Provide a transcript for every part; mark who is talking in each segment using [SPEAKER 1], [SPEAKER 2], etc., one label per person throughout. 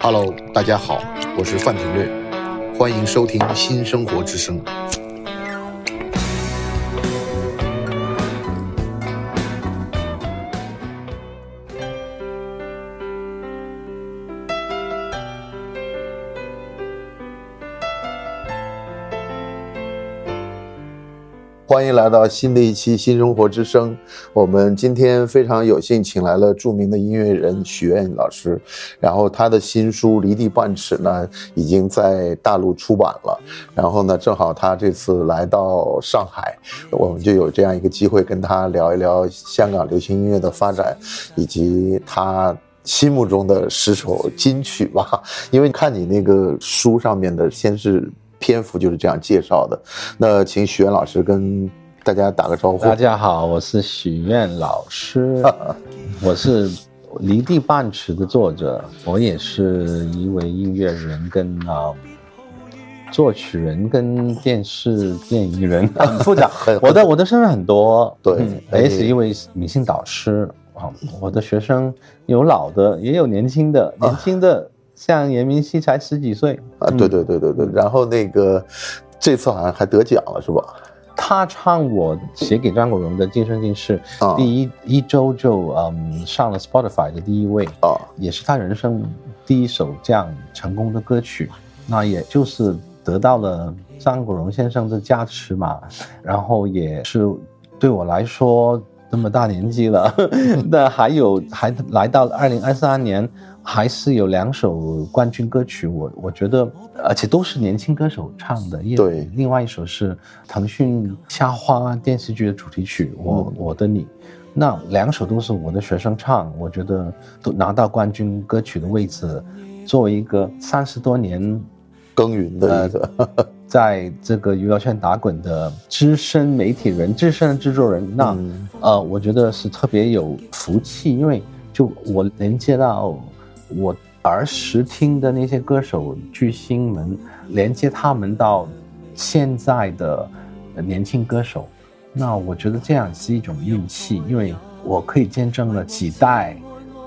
[SPEAKER 1] Hello，大家好，我是范廷略，欢迎收听《新生活之声》。欢迎来到新的一期《新生活之声》。我们今天非常有幸请来了著名的音乐人许愿老师，然后他的新书《离地半尺》呢已经在大陆出版了。然后呢，正好他这次来到上海，我们就有这样一个机会跟他聊一聊香港流行音乐的发展，以及他。心目中的十首金曲吧， 因为看你那个书上面的，先是篇幅就是这样介绍的。那请许愿老师跟大家打个招呼。
[SPEAKER 2] 大家好，我是许愿老 师，我是《离地半尺》的作者，我也是一位音乐人跟啊、作曲人跟电视电影人，很复杂。
[SPEAKER 1] 很
[SPEAKER 2] 我的我的身份很多，
[SPEAKER 1] 对
[SPEAKER 2] 嗯
[SPEAKER 1] 哎
[SPEAKER 2] 也是一位女性导师啊。我的学生有老的，也有年轻的，年轻的像严明熙才十几岁，
[SPEAKER 1] 啊，对对对对对。然后那个这次好像还得奖了是吧？
[SPEAKER 2] 他唱我写给张国荣的《今生今世》
[SPEAKER 1] 啊
[SPEAKER 2] 第一一周就嗯上了 Spotify 的第一位，
[SPEAKER 1] 啊，
[SPEAKER 2] 也是他人生第一首这样成功的歌曲。那也就是得到了张国荣先生的加持嘛，然后也是对我来说这么大年纪 了，那还有还来到二零二三年，还是有两首冠军歌曲，我我觉得，而且都是年轻歌手唱的。一
[SPEAKER 1] 对
[SPEAKER 2] 另外一首是腾讯《夏花》电视剧的主题曲《我、
[SPEAKER 1] 嗯
[SPEAKER 2] 我的你》。那两首都是我的学生唱，我觉得都拿到冠军歌曲的位置，作为一个三十多年
[SPEAKER 1] 耕耘的一
[SPEAKER 2] 呃
[SPEAKER 1] 个、
[SPEAKER 2] 在这个娱乐圈打滚的资深媒体人、资深的制作人，那、
[SPEAKER 1] 嗯
[SPEAKER 2] 呃，我觉得是特别有福气，因为就我连接到我儿时听的那些歌手、巨星们，连接他们到现在的呃年轻歌手，那我觉得这样是一种运气，因为我可以见证了几代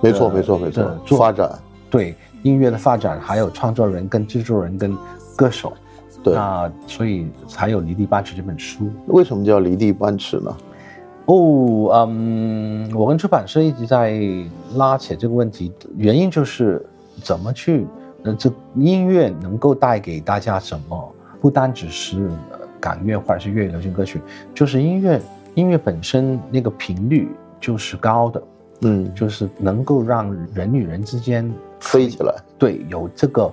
[SPEAKER 1] 没错
[SPEAKER 2] 呃
[SPEAKER 1] 没错没
[SPEAKER 2] 对
[SPEAKER 1] 错，
[SPEAKER 2] 做
[SPEAKER 1] 发展
[SPEAKER 2] 对音乐的发展，还有创作人、跟制作人、跟歌手。
[SPEAKER 1] 对。
[SPEAKER 2] 那所以才有《离地八尺》这本书。
[SPEAKER 1] 为什么叫离地半尺呢？
[SPEAKER 2] 哦，嗯，我跟出版社一直在拉扯这个问题，原因就是怎么去，呃，这音乐能够带给大家什么？不单只是呃港乐或者是粤语流行歌曲，就是音乐，音乐本身那个频率就是高的，
[SPEAKER 1] 嗯，
[SPEAKER 2] 就是能够让人与人之间
[SPEAKER 1] 飞起来
[SPEAKER 2] 对有这个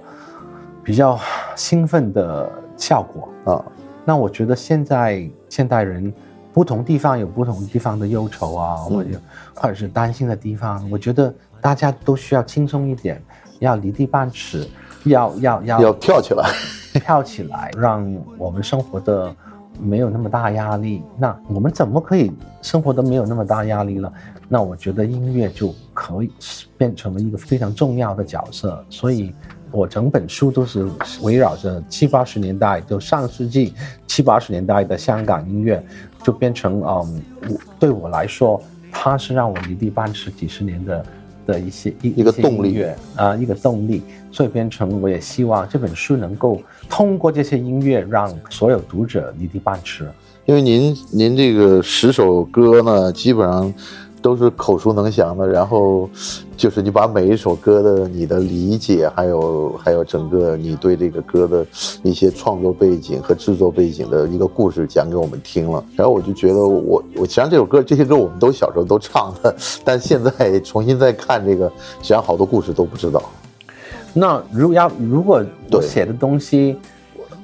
[SPEAKER 2] 比较兴奋的效果。
[SPEAKER 1] 啊，
[SPEAKER 2] 那我觉得现在现代人，不同地方有不同地方的忧愁啊，或者或者是担心的地方，我觉得大家都需要轻松一点，要离地半尺，要要要
[SPEAKER 1] 要跳起来。
[SPEAKER 2] 跳起来，让我们生活的没有那么大压力。那我们怎么可以生活的没有那么大压力呢？那我觉得音乐就可以变成了一个非常重要的角色。所以，我整本书都是围绕着七八十年代，就上世纪七八十年代的香港音乐，就变成嗯，我对我来说，它是让我离地半尺几十年的。的一些一
[SPEAKER 1] 一个
[SPEAKER 2] 些
[SPEAKER 1] 动力
[SPEAKER 2] 音乐啊、一个动力，所以变成我也希望这本书能够通过这些音乐，让所有读者离地半尺。
[SPEAKER 1] 因为您您这个十首歌呢，基本上都是口熟能详的，然后就是你把每一首歌的你的理解，还有还有整个你对这个歌的一些创作背景和制作背景的一个故事讲给我们听了，然后我就觉得我我实际上这首歌这些歌我们都小时候都唱的，但现在重新再看这个，实际上好多故事都不知道。
[SPEAKER 2] 那如果要如果
[SPEAKER 1] 对
[SPEAKER 2] 我写的东西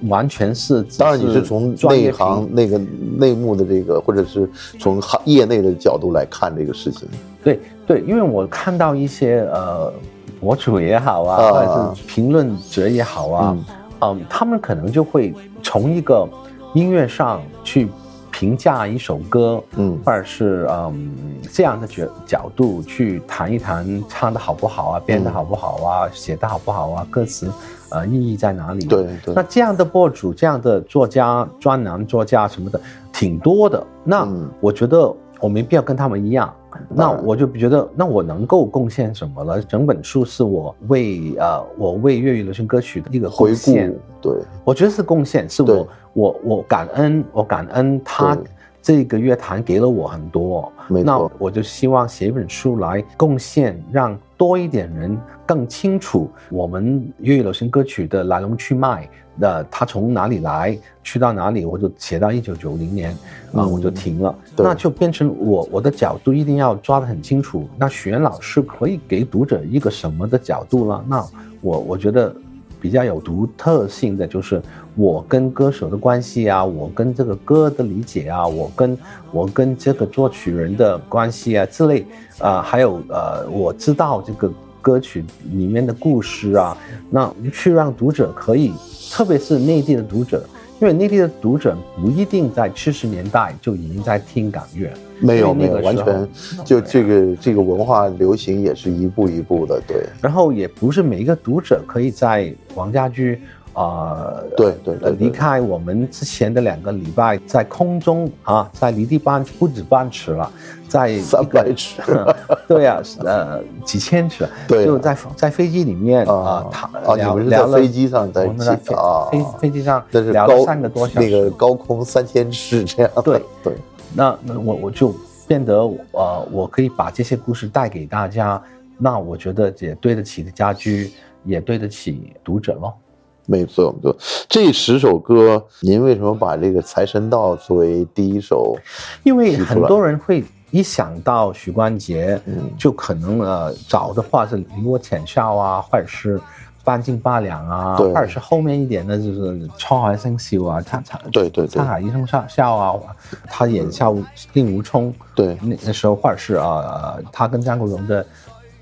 [SPEAKER 2] 完全是只
[SPEAKER 1] 当然你是从
[SPEAKER 2] 专业
[SPEAKER 1] 内行
[SPEAKER 2] 评
[SPEAKER 1] 那个内幕的这个，或者是从行业内的角度来看这个事情。
[SPEAKER 2] 对对，因为我看到一些呃博主也好啊，
[SPEAKER 1] 啊
[SPEAKER 2] 或者是评论者也好啊，嗯他们可能就会从一个音乐上去评价一首歌，
[SPEAKER 1] 嗯
[SPEAKER 2] 或者是嗯这样的角角度去谈一谈唱的好不好啊，编的
[SPEAKER 1] 嗯
[SPEAKER 2] 好不好啊，写的好不好啊，歌词呃意义在哪里？
[SPEAKER 1] 对对
[SPEAKER 2] 那这样的博主、这样的作家、专栏作家什么的，挺多的。那
[SPEAKER 1] 嗯
[SPEAKER 2] 我觉得我没必要跟他们一样，那我就觉得，那我能够贡献什么了？整本书是我为呃，我为粤语流行歌曲的一个
[SPEAKER 1] 回顾
[SPEAKER 2] 贡献，
[SPEAKER 1] 对
[SPEAKER 2] 我觉得是贡献，是
[SPEAKER 1] 对
[SPEAKER 2] 我我我感恩，我感恩他
[SPEAKER 1] 对
[SPEAKER 2] 这个乐坛给了我很多。
[SPEAKER 1] 没
[SPEAKER 2] 那
[SPEAKER 1] 错
[SPEAKER 2] 我就希望写一本书来贡献，让多一点人更清楚我们粤语流行歌曲的来龙去脉。呃，它从哪里来，去到哪里，我就写到一九九零年，啊、
[SPEAKER 1] 嗯
[SPEAKER 2] 我就停了。
[SPEAKER 1] 对
[SPEAKER 2] 那就变成我我的角度一定要抓得很清楚。那许愿老师可以给读者一个什么的角度了？那我我觉得比较有独特性的就是我跟歌手的关系啊，我跟这个歌的理解啊，我跟我跟这个作曲人的关系啊之类，啊，还有呃，我知道这个歌曲里面的故事啊，那去让读者可以，特别是内地的读者。因为内地的读者不一定在七十年代就已经在听港乐，
[SPEAKER 1] 没有
[SPEAKER 2] 因为
[SPEAKER 1] 没
[SPEAKER 2] 那
[SPEAKER 1] 有，
[SPEAKER 2] 个
[SPEAKER 1] 完
[SPEAKER 2] 时候
[SPEAKER 1] 全就
[SPEAKER 2] 对
[SPEAKER 1] 这个这个文化流行也是一步一步的，对
[SPEAKER 2] 然后也不是每一个读者可以在王家驹啊、呃、
[SPEAKER 1] 对对对对
[SPEAKER 2] 离开我们之前的两个礼拜在空中啊，在离地半不止半尺了，在一个
[SPEAKER 1] 三百尺，
[SPEAKER 2] 对呀、呃几千尺，
[SPEAKER 1] 对啊
[SPEAKER 2] 就在在飞机里面啊
[SPEAKER 1] 啊，
[SPEAKER 2] 他
[SPEAKER 1] 啊，你
[SPEAKER 2] 聊
[SPEAKER 1] 们是
[SPEAKER 2] 聊
[SPEAKER 1] 在
[SPEAKER 2] 了
[SPEAKER 1] 飞机上在
[SPEAKER 2] 我们在
[SPEAKER 1] 一起
[SPEAKER 2] 飞
[SPEAKER 1] 啊，
[SPEAKER 2] 飞飞机上
[SPEAKER 1] 但是
[SPEAKER 2] 聊了
[SPEAKER 1] 高
[SPEAKER 2] 三个多小时，
[SPEAKER 1] 那个高空三千尺这样的，
[SPEAKER 2] 对
[SPEAKER 1] 对，
[SPEAKER 2] 那那我我就变得呃，我可以把这些故事带给大家，那我觉得也对得起家居，也对得起读者咯。
[SPEAKER 1] 没错没错。这十首歌，您为什么把这个《财神到》作为第一首？
[SPEAKER 2] 因为很多人会一想到许冠杰，
[SPEAKER 1] 嗯
[SPEAKER 2] 就可能呃找的话是离我浅笑啊，或者是半斤八两啊，
[SPEAKER 1] 对
[SPEAKER 2] 或者是后面一点的就是沧海生笑啊，他他
[SPEAKER 1] 对嗯对对
[SPEAKER 2] 沧海一声笑笑啊，他演笑令狐冲，
[SPEAKER 1] 对
[SPEAKER 2] 那那时候或者是啊、呃他跟张国荣的《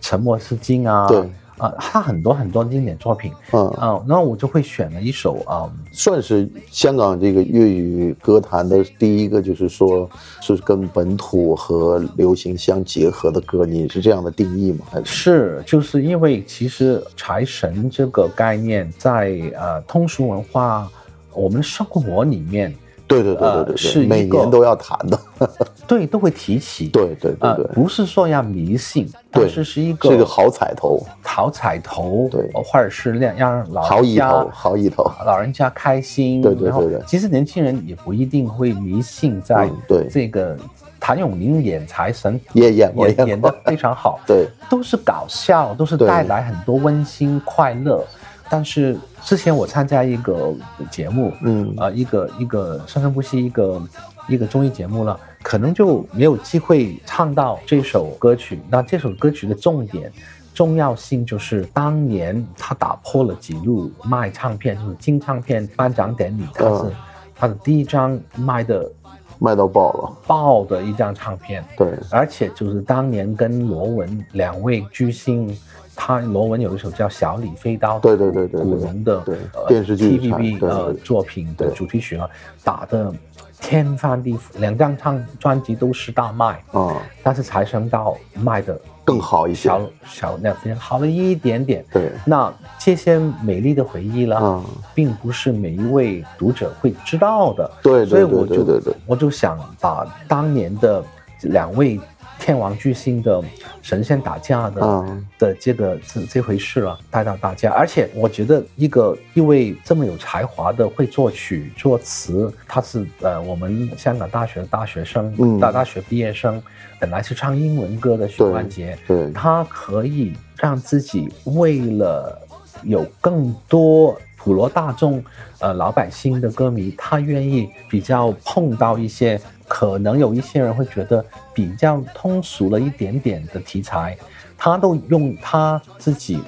[SPEAKER 2] 沉默是金》啊，
[SPEAKER 1] 对
[SPEAKER 2] 啊、他很多很多经典作品。
[SPEAKER 1] 嗯，
[SPEAKER 2] 啊、那我就会选了一首啊、
[SPEAKER 1] 算是香港这个粤语歌坛的第一个，就是说是跟本土和流行相结合的歌，你是这样的定义吗？还是
[SPEAKER 2] 是，就是因为其实财神这个概念在呃通俗文化，我们生活里面，
[SPEAKER 1] 对对对对
[SPEAKER 2] 呃
[SPEAKER 1] 对对，
[SPEAKER 2] 是一个
[SPEAKER 1] 每年都要谈的，
[SPEAKER 2] 对都会提起，
[SPEAKER 1] 对对对
[SPEAKER 2] 呃
[SPEAKER 1] 对，，
[SPEAKER 2] 不是说要迷信，
[SPEAKER 1] 对
[SPEAKER 2] 但是是一个
[SPEAKER 1] 是个好彩头，
[SPEAKER 2] 讨彩头，
[SPEAKER 1] 对
[SPEAKER 2] 或者是让让老
[SPEAKER 1] 好
[SPEAKER 2] 人
[SPEAKER 1] 意
[SPEAKER 2] 家
[SPEAKER 1] 头，好意头，
[SPEAKER 2] 老人家开心，
[SPEAKER 1] 对对对
[SPEAKER 2] 然后
[SPEAKER 1] 对
[SPEAKER 2] 其实年轻人也不一定会迷信在
[SPEAKER 1] 嗯对
[SPEAKER 2] 这个谭咏麟演财神
[SPEAKER 1] 也演我
[SPEAKER 2] 演
[SPEAKER 1] 演
[SPEAKER 2] 演
[SPEAKER 1] 过
[SPEAKER 2] 的，非常好，
[SPEAKER 1] 对
[SPEAKER 2] 都是搞笑，都是
[SPEAKER 1] 对
[SPEAKER 2] 带来很多温馨快乐。但是之前我参加一个节目，
[SPEAKER 1] 嗯
[SPEAKER 2] 呃，一个一个生生不息一个一个综艺节目了，可能就没有机会唱到这首歌曲。那这首歌曲的重点。重要性就是当年他打破了纪录卖唱片，就是金唱片颁奖典礼，他是、
[SPEAKER 1] 嗯
[SPEAKER 2] 他的第一张卖的
[SPEAKER 1] 卖到爆了，
[SPEAKER 2] 爆的一张唱片。
[SPEAKER 1] 对，
[SPEAKER 2] 而且就是当年跟罗文两位巨星，他罗文有一首叫《小李飞刀》，
[SPEAKER 1] 对对对对对
[SPEAKER 2] 古龙的
[SPEAKER 1] 对
[SPEAKER 2] 呃
[SPEAKER 1] 电视剧唱对
[SPEAKER 2] TVB
[SPEAKER 1] 对
[SPEAKER 2] 呃
[SPEAKER 1] 对
[SPEAKER 2] 作品的
[SPEAKER 1] 对
[SPEAKER 2] 主题曲啊，打的天翻地覆，两张唱专辑都是大卖，
[SPEAKER 1] 啊，
[SPEAKER 2] 但是财神到卖的
[SPEAKER 1] 更好一些，
[SPEAKER 2] 小小那边好了一点点。
[SPEAKER 1] 对，
[SPEAKER 2] 那这些美丽的回忆了，
[SPEAKER 1] 嗯
[SPEAKER 2] 并不是每一位读者会知道的。
[SPEAKER 1] 对
[SPEAKER 2] 所
[SPEAKER 1] 对
[SPEAKER 2] 以我
[SPEAKER 1] 对
[SPEAKER 2] 就
[SPEAKER 1] 对对对，
[SPEAKER 2] 我就想把当年的两位天王巨星的神仙打架的、
[SPEAKER 1] 嗯
[SPEAKER 2] 的这个这这回事了、带到大家。而且我觉得一个一位这么有才华的会作曲作词，他是呃我们香港大学的大学生，
[SPEAKER 1] 嗯
[SPEAKER 2] 大大学毕业生，本来是唱英文歌的许
[SPEAKER 1] 对
[SPEAKER 2] 冠杰，
[SPEAKER 1] 对，
[SPEAKER 2] 他可以让自己为了有更多普罗大众、呃老百姓的歌迷，他愿意比较碰到一些可能有一些人会觉得比较通俗了一点点的题材，他都用他自己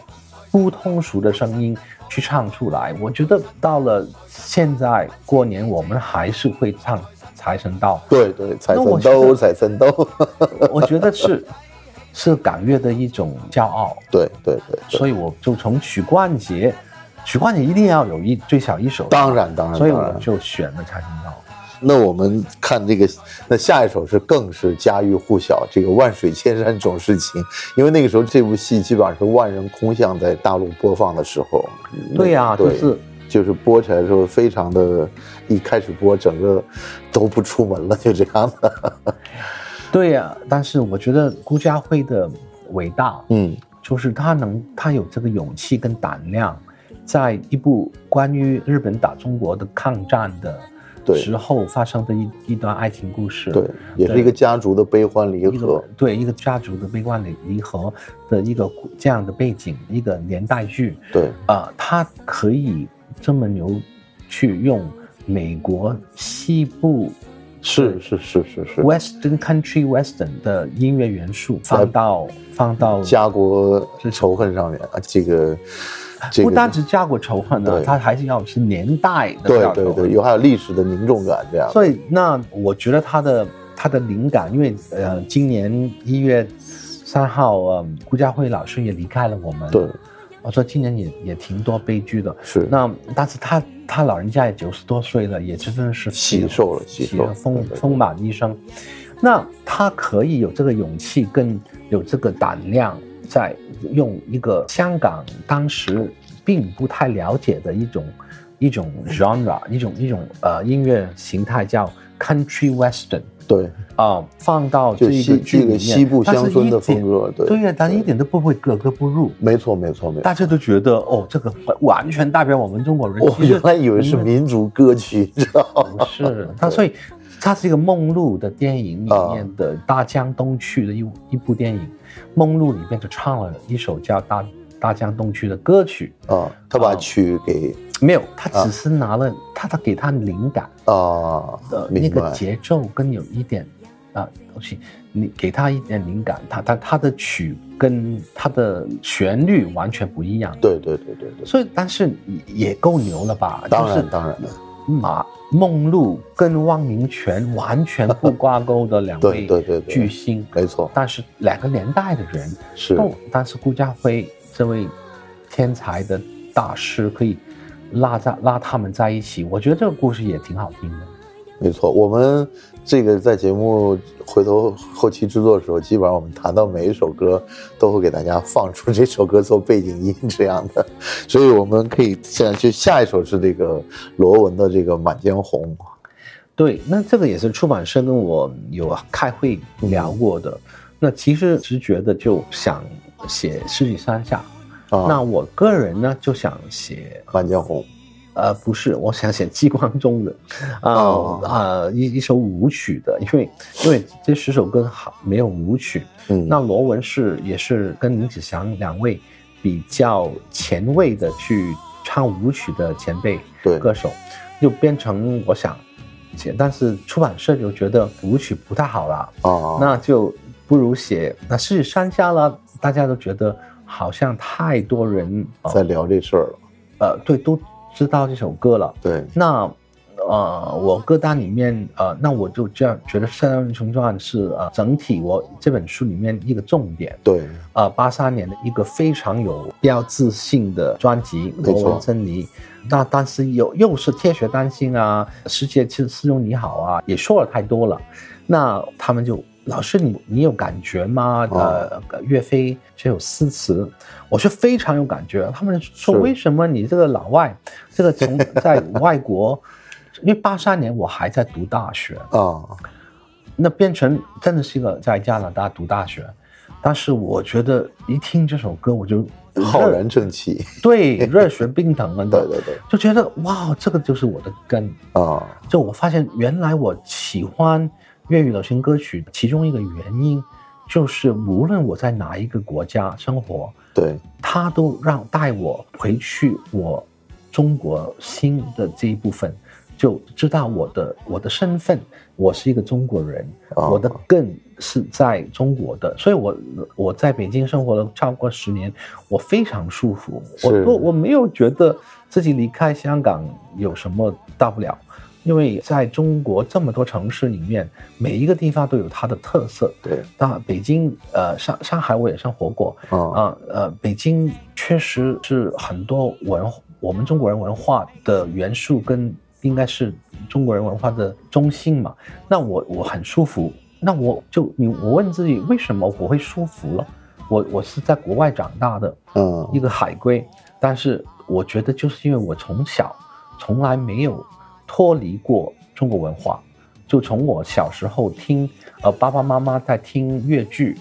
[SPEAKER 2] 不通俗的声音去唱出来。我觉得到了现在过年，我们还是会唱《财神到》。
[SPEAKER 1] 对对，彩
[SPEAKER 2] 那我
[SPEAKER 1] 神
[SPEAKER 2] 觉得
[SPEAKER 1] 兜，彩神兜，
[SPEAKER 2] 我觉得是是港乐的一种骄傲，
[SPEAKER 1] 对对对对，
[SPEAKER 2] 所以我就从许冠杰，许冠杰一定要有一最少一首，
[SPEAKER 1] 当然当然，
[SPEAKER 2] 所以
[SPEAKER 1] 当
[SPEAKER 2] 我
[SPEAKER 1] 然
[SPEAKER 2] 就选了《财神到》。
[SPEAKER 1] 那我们看这个，那下一首是更是家喻户晓，这个“万水千山总是情”，因为那个时候这部戏基本上是万人空巷在大陆播放的时候。
[SPEAKER 2] 对呀、
[SPEAKER 1] 对
[SPEAKER 2] 就是
[SPEAKER 1] 就是播起来的时候非常 的，一开始播整个都不出门了，就这样的。
[SPEAKER 2] 对呀、但是我觉得顾家辉的伟大，
[SPEAKER 1] 嗯
[SPEAKER 2] 就是他能，他有这个勇气跟胆量，在一部关于日本打中国的抗战的
[SPEAKER 1] 对
[SPEAKER 2] 时候发生的一一段爱情故事，
[SPEAKER 1] 对，也是一个家族的悲欢离
[SPEAKER 2] 一
[SPEAKER 1] 合
[SPEAKER 2] 个，对一个家族的悲观离离合的一个这样的背景，一个年代剧
[SPEAKER 1] 对
[SPEAKER 2] 啊、呃他可以这么牛去用美国西部
[SPEAKER 1] 是是是是是，
[SPEAKER 2] Western Country Western 的音乐元素
[SPEAKER 1] 呃
[SPEAKER 2] 放到放到
[SPEAKER 1] 家国仇恨上面啊，这个这个
[SPEAKER 2] 不单只家国仇恨啊
[SPEAKER 1] 对，
[SPEAKER 2] 它还是要是年代的
[SPEAKER 1] 对
[SPEAKER 2] 家
[SPEAKER 1] 对
[SPEAKER 2] 国
[SPEAKER 1] 对，有还有历史的凝重感这样。
[SPEAKER 2] 所以那我觉得他的他的灵感，因为呃，今年一月三号，呃，顾家辉老师也离开了我们。
[SPEAKER 1] 对，
[SPEAKER 2] 我说今年也也挺多悲剧的。
[SPEAKER 1] 是
[SPEAKER 2] 那但是他他老人家也九十多岁了，也真的是
[SPEAKER 1] 喜寿了喜
[SPEAKER 2] 喜
[SPEAKER 1] 寿
[SPEAKER 2] 了丰
[SPEAKER 1] 对对对
[SPEAKER 2] 丰啊满一生。那他可以有这个勇气，跟有这个胆量，在用一个香港当时并不太了解的一种一种 genre，一种一种呃音乐形态叫 country western
[SPEAKER 1] 对，
[SPEAKER 2] 啊、放到
[SPEAKER 1] 就
[SPEAKER 2] 这一个
[SPEAKER 1] 西
[SPEAKER 2] 剧
[SPEAKER 1] 这
[SPEAKER 2] 里
[SPEAKER 1] 个
[SPEAKER 2] 面，
[SPEAKER 1] 西部
[SPEAKER 2] 但是
[SPEAKER 1] 乡村的
[SPEAKER 2] 一点
[SPEAKER 1] 风格，对
[SPEAKER 2] 对呀、但一点都不会格格不入。
[SPEAKER 1] 没错没错没错。
[SPEAKER 2] 大家都觉得哦，这个完全代表我们中国人。
[SPEAKER 1] 我
[SPEAKER 2] 其实
[SPEAKER 1] 原来以为是民族歌曲，你知道吗？
[SPEAKER 2] 不 是，它所以它是一个梦露的电影里面的
[SPEAKER 1] 啊
[SPEAKER 2] 《大江东去》的一部一部电影，梦露里面就唱了一首叫《大大江东去》的歌曲。
[SPEAKER 1] 啊，他把曲给
[SPEAKER 2] 没有，他只是拿了他他给他灵感，
[SPEAKER 1] 啊
[SPEAKER 2] 呃，，那
[SPEAKER 1] 明
[SPEAKER 2] 个
[SPEAKER 1] 白，
[SPEAKER 2] 节奏跟有一点啊东西，你给他一点灵感，他他他的曲跟他的旋律完全不一样。
[SPEAKER 1] 对对对对对，
[SPEAKER 2] 所以，但是也够牛了吧？
[SPEAKER 1] 当
[SPEAKER 2] 就是
[SPEAKER 1] 然当然了，
[SPEAKER 2] 马梦露跟汪明荃完全 不挂钩的两
[SPEAKER 1] 对
[SPEAKER 2] 位
[SPEAKER 1] 对对对
[SPEAKER 2] 巨星，
[SPEAKER 1] 没错，
[SPEAKER 2] 但是两个年代的人，
[SPEAKER 1] 是
[SPEAKER 2] 都但是顾家辉这位天才的大师可以拉在拉他们在一起，我觉得这个故事也挺好听的。
[SPEAKER 1] 没错。我们这个在节目回头后期制作的时候，基本上我们谈到每一首歌，都会给大家放出这首歌做背景音这样的， 所以我们可以现在就下一首是这个罗文的这个《满江红》，
[SPEAKER 2] 对，那这个也是出版社跟我有开会聊过的。嗯那其实直觉的就想写《世纪山下》，
[SPEAKER 1] 啊，
[SPEAKER 2] 那我个人呢就想写
[SPEAKER 1] 《满江红》
[SPEAKER 2] 呃，不是，我想写《极光中的》啊、
[SPEAKER 1] 哦
[SPEAKER 2] 啊，一一首舞曲的，因为因为这十首歌好没有舞曲。
[SPEAKER 1] 嗯，
[SPEAKER 2] 那罗文是也是跟林子祥两位比较前卫的去唱舞曲的前辈
[SPEAKER 1] 对
[SPEAKER 2] 歌手，就变成我想写，但是出版社就觉得舞曲不太好了，
[SPEAKER 1] 啊，
[SPEAKER 2] 那就不如写那是山下了，大家都觉得好像太多人
[SPEAKER 1] 在
[SPEAKER 2] 呃
[SPEAKER 1] 聊这事儿了，
[SPEAKER 2] 呃对都知道这首歌了。
[SPEAKER 1] 对，
[SPEAKER 2] 那呃，我歌单里面呃，那我就这样觉得《圣人雄传》是呃整体我这本书里面一个重点。
[SPEAKER 1] 对，
[SPEAKER 2] 呃，八三年的一个非常有标志性的专辑《
[SPEAKER 1] 没错
[SPEAKER 2] 罗文珍妮》，那但是又又是铁血丹心啊，世界是是用你好啊，也说了太多了。那他们就老师你你有感觉吗？
[SPEAKER 1] 哦
[SPEAKER 2] 呃，岳飞这有诗词，我是非常有感觉。他们说
[SPEAKER 1] 是
[SPEAKER 2] 为什么你这个老外，这 个从在外国，因为八三年我还在读大学，
[SPEAKER 1] 啊，
[SPEAKER 2] 那变成真的是一个在加拿大读大学，但是我觉得一听这首歌我就
[SPEAKER 1] 浩
[SPEAKER 2] 热
[SPEAKER 1] 然正气，
[SPEAKER 2] 对热血啊沸腾了，
[SPEAKER 1] 对对对，
[SPEAKER 2] 就觉得哇，这个就是我的根。
[SPEAKER 1] 啊，
[SPEAKER 2] 就我发现原来我喜欢粤语流行歌曲，其中一个原因就是无论我在哪一个国家生活，
[SPEAKER 1] 对，
[SPEAKER 2] 它都让带我回去我中国心的这一部分。就知道我的我的身份，我是一个中国人，
[SPEAKER 1] 啊
[SPEAKER 2] 我的根是在中国的，所以我我在北京生活了超过十年，我非常舒服，我
[SPEAKER 1] 是
[SPEAKER 2] 我我没有觉得自己离开香港有什么大不了，因为在中国这么多城市里面，每一个地方都有它的特色。
[SPEAKER 1] 对，
[SPEAKER 2] 那北京，呃，上上海我也生活过，
[SPEAKER 1] 啊，
[SPEAKER 2] 啊，呃，北京确实是很多文我们中国人文化的元素跟应该是中国人文化的中心嘛。那我我很舒服，那我就你我问自己为什么我会舒服了？我我是在国外长大的
[SPEAKER 1] 嗯
[SPEAKER 2] 一，个海归，但是我觉得就是因为我从小从来没有脱离过中国文化，就从我小时候听呃爸爸妈妈在听越剧，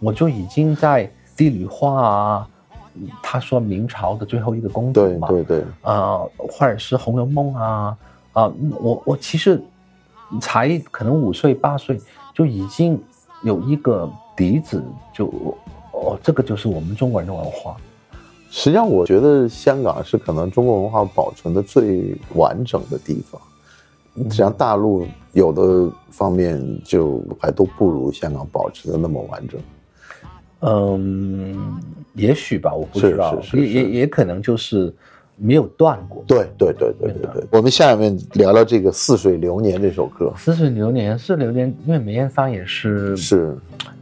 [SPEAKER 2] 我就已经在帝女花啊，嗯他说明朝的最后一个公
[SPEAKER 1] 对
[SPEAKER 2] 主嘛，
[SPEAKER 1] 对对，
[SPEAKER 2] 啊、或者是《红楼梦》啊啊、我我其实才可能五岁八岁就已经有一个底子，就哦，这个就是我们中国人的文化。
[SPEAKER 1] 实际上我觉得香港是可能中国文化保存的最完整的地方。
[SPEAKER 2] 嗯
[SPEAKER 1] 实际上，大陆有的方面就还都不如香港保持的那么完整。
[SPEAKER 2] 嗯，也许吧，我不
[SPEAKER 1] 是
[SPEAKER 2] 知道，
[SPEAKER 1] 是是
[SPEAKER 2] 也
[SPEAKER 1] 是
[SPEAKER 2] 也也可能就是没有断过。
[SPEAKER 1] 对对对对对对。我们下面聊聊这个《似水流年》这首歌，
[SPEAKER 2] 似水流年是流年，因为梅艳芳也是，
[SPEAKER 1] 是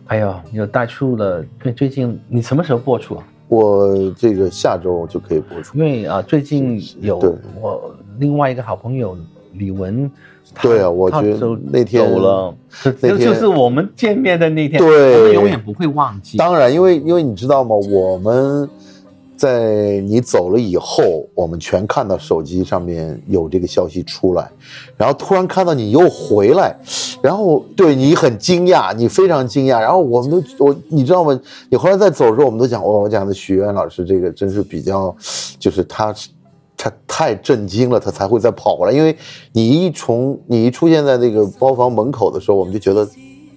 [SPEAKER 2] 哎呀，又带出了。对，最近你什么时候播出啊？
[SPEAKER 1] 我这个下周就可以播出。
[SPEAKER 2] 因为啊，最近有
[SPEAKER 1] 对
[SPEAKER 2] 我另外一个好朋友李玟，她
[SPEAKER 1] 对啊我
[SPEAKER 2] 她
[SPEAKER 1] 觉得
[SPEAKER 2] 就
[SPEAKER 1] 那天
[SPEAKER 2] 走了，就
[SPEAKER 1] 那
[SPEAKER 2] 就
[SPEAKER 1] 天
[SPEAKER 2] 就是我们见面的那天，
[SPEAKER 1] 对
[SPEAKER 2] 我们永远不会忘记。
[SPEAKER 1] 当然，因为因为你知道吗？我们在你走了以后，我们全看到手机上面有这个消息出来，然后突然看到你又回来，然后对你很惊讶，你非常惊讶。然后我们都我你知道吗？你后来再走的时候，我们都讲，哇，哦我讲的许愿老师这个真是比较，就是他是。他太震惊了，他才会再跑过来。因为你一从你一出现在那个包房门口的时候，我们就觉得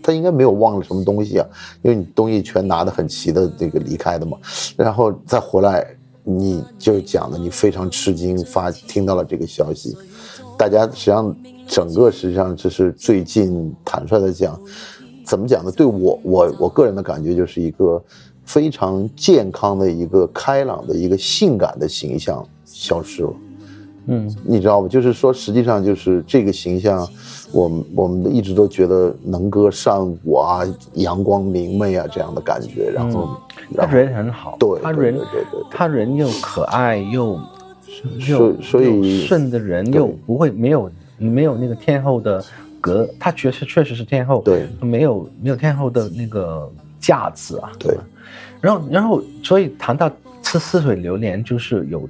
[SPEAKER 1] 他应该没有忘了什么东西啊，因为你东西全拿得很齐的这个离开的嘛，然后再回来，你就讲的你非常吃惊，发听到了这个消息，大家实际上整个实际上这是最近坦率的讲，怎么讲呢？对我我我个人的感觉就是一个非常健康的一个开朗的一个性感的形象消失了。
[SPEAKER 2] 嗯，
[SPEAKER 1] 你知道吗？就是说，实际上就是这个形象，我们我们一直都觉得能歌善舞啊，阳光明媚啊这样的感觉，然后，
[SPEAKER 2] 他
[SPEAKER 1] 然后
[SPEAKER 2] 人很好，
[SPEAKER 1] 对
[SPEAKER 2] 他
[SPEAKER 1] 对
[SPEAKER 2] 人
[SPEAKER 1] 对对对
[SPEAKER 2] 他人又可爱又
[SPEAKER 1] 所
[SPEAKER 2] 又
[SPEAKER 1] 所以
[SPEAKER 2] 又顺的人，
[SPEAKER 1] 对
[SPEAKER 2] 又不会没有没有那个天后的格，他确实确实是天后，
[SPEAKER 1] 对，
[SPEAKER 2] 没有没有天后的那个价值啊，
[SPEAKER 1] 对，
[SPEAKER 2] 然后，然后，所以谈到吃似水流年，就是有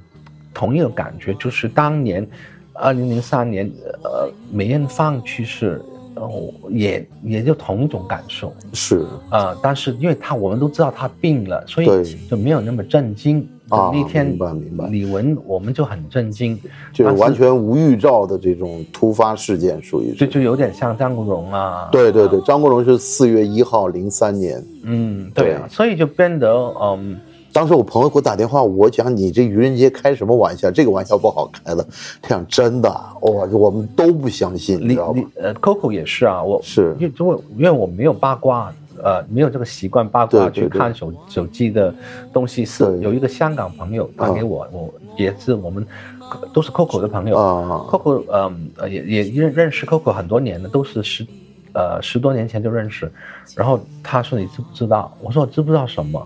[SPEAKER 2] 同一个感觉，就是当年二零零三年，呃，梅艳芳去世，然后也也就同一种感受
[SPEAKER 1] 是
[SPEAKER 2] 啊、呃但是因为她我们都知道她病了，所以
[SPEAKER 1] 对
[SPEAKER 2] 就没有那么震惊。
[SPEAKER 1] 啊
[SPEAKER 2] 那天
[SPEAKER 1] 明白明白
[SPEAKER 2] 李玟我们就很震惊，
[SPEAKER 1] 就是
[SPEAKER 2] 啊但是
[SPEAKER 1] 完全无预兆的这种突发事件，属于。
[SPEAKER 2] 就是就有点像张国荣啊，
[SPEAKER 1] 对对对，张国荣是四月一号零三年，
[SPEAKER 2] 嗯，对啊，
[SPEAKER 1] 对
[SPEAKER 2] 所以就变得嗯。
[SPEAKER 1] 当时我朋友给我打电话，我讲你这愚人节开什么玩笑？这个玩笑不好开的。他讲真的，我、我们都不相信，你
[SPEAKER 2] 你
[SPEAKER 1] 知道
[SPEAKER 2] 你
[SPEAKER 1] 吗？
[SPEAKER 2] 呃，Coco 也是啊，我
[SPEAKER 1] 是
[SPEAKER 2] 因为因为因为我没有八卦，呃，没有这个习惯八卦
[SPEAKER 1] 对对
[SPEAKER 2] 去
[SPEAKER 1] 对
[SPEAKER 2] 看手手机的东西。是
[SPEAKER 1] 对
[SPEAKER 2] 有一个香港朋友，他
[SPEAKER 1] 嗯
[SPEAKER 2] 给我，我也是我们都是 Coco 的朋友。
[SPEAKER 1] 啊，
[SPEAKER 2] Coco 嗯、呃也也认认识 Coco 很多年了，都是十呃十多年前就认识。然后他说你知不知道？我说我知不知道什么？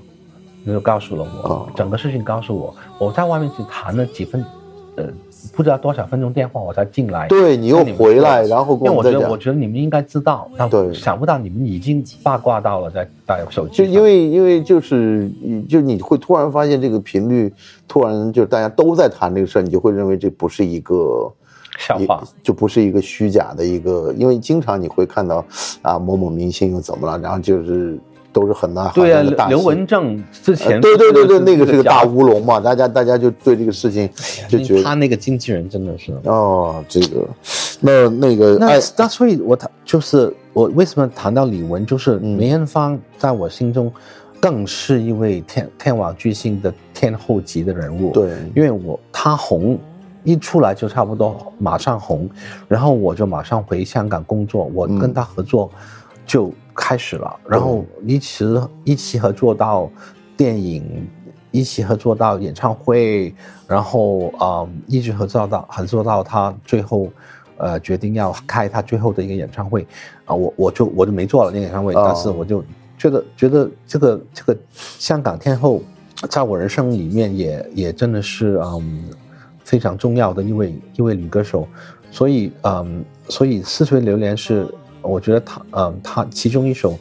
[SPEAKER 2] 你就告诉了我、
[SPEAKER 1] 哦
[SPEAKER 2] 整个事情，告诉我。我在外面只谈了几分，呃，不知道多少分钟电话，我才进来。
[SPEAKER 1] 对你又回来，然后
[SPEAKER 2] 因
[SPEAKER 1] 跟
[SPEAKER 2] 为我觉
[SPEAKER 1] 们再
[SPEAKER 2] 得，
[SPEAKER 1] 讲
[SPEAKER 2] 我。觉得你们应该知道，但
[SPEAKER 1] 对
[SPEAKER 2] 想不到你们已经八卦到了在在手机
[SPEAKER 1] 就
[SPEAKER 2] 上，
[SPEAKER 1] 因为因为就是就你会突然发现这个频率，突然就大家都在谈这个事儿，你就会认为这不是一个
[SPEAKER 2] 笑
[SPEAKER 1] 也
[SPEAKER 2] 话，
[SPEAKER 1] 就不是一个虚假的一个，因为经常你会看到啊某某明星又怎么了，然后就是都是很大
[SPEAKER 2] 对啊，
[SPEAKER 1] 很大的
[SPEAKER 2] 刘
[SPEAKER 1] 大
[SPEAKER 2] 刘
[SPEAKER 1] 新
[SPEAKER 2] 文正之前
[SPEAKER 1] 呃对对对对，
[SPEAKER 2] 就是
[SPEAKER 1] 那个是个大
[SPEAKER 2] 讲
[SPEAKER 1] 乌龙嘛，大家大家就对这个事情就觉得
[SPEAKER 2] 他哎那个经纪人真的是，
[SPEAKER 1] 哦，这个那那个
[SPEAKER 2] 那
[SPEAKER 1] 哎
[SPEAKER 2] 那所以我谈就是我为什么谈到李玟，就是梅艳芳在我心中更是一位天天王巨星的天后级的人物，
[SPEAKER 1] 对
[SPEAKER 2] 因为我她红一出来就差不多马上红，然后我就马上回香港工作，我
[SPEAKER 1] 嗯
[SPEAKER 2] 跟她合作就开始了，然后一起一起合作到电影，一起合作到演唱会，然后啊、呃一直合作到合作到她最后。呃，决定要开她最后的一个演唱会，啊、我我就我就没做了那个演唱会，
[SPEAKER 1] 哦
[SPEAKER 2] 但是我就觉得觉得这个这个香港天后，在我人生里面也也真的是嗯非常重要的一位一位女歌手，所以嗯所以《似水流年》是我觉得她嗯她其中一首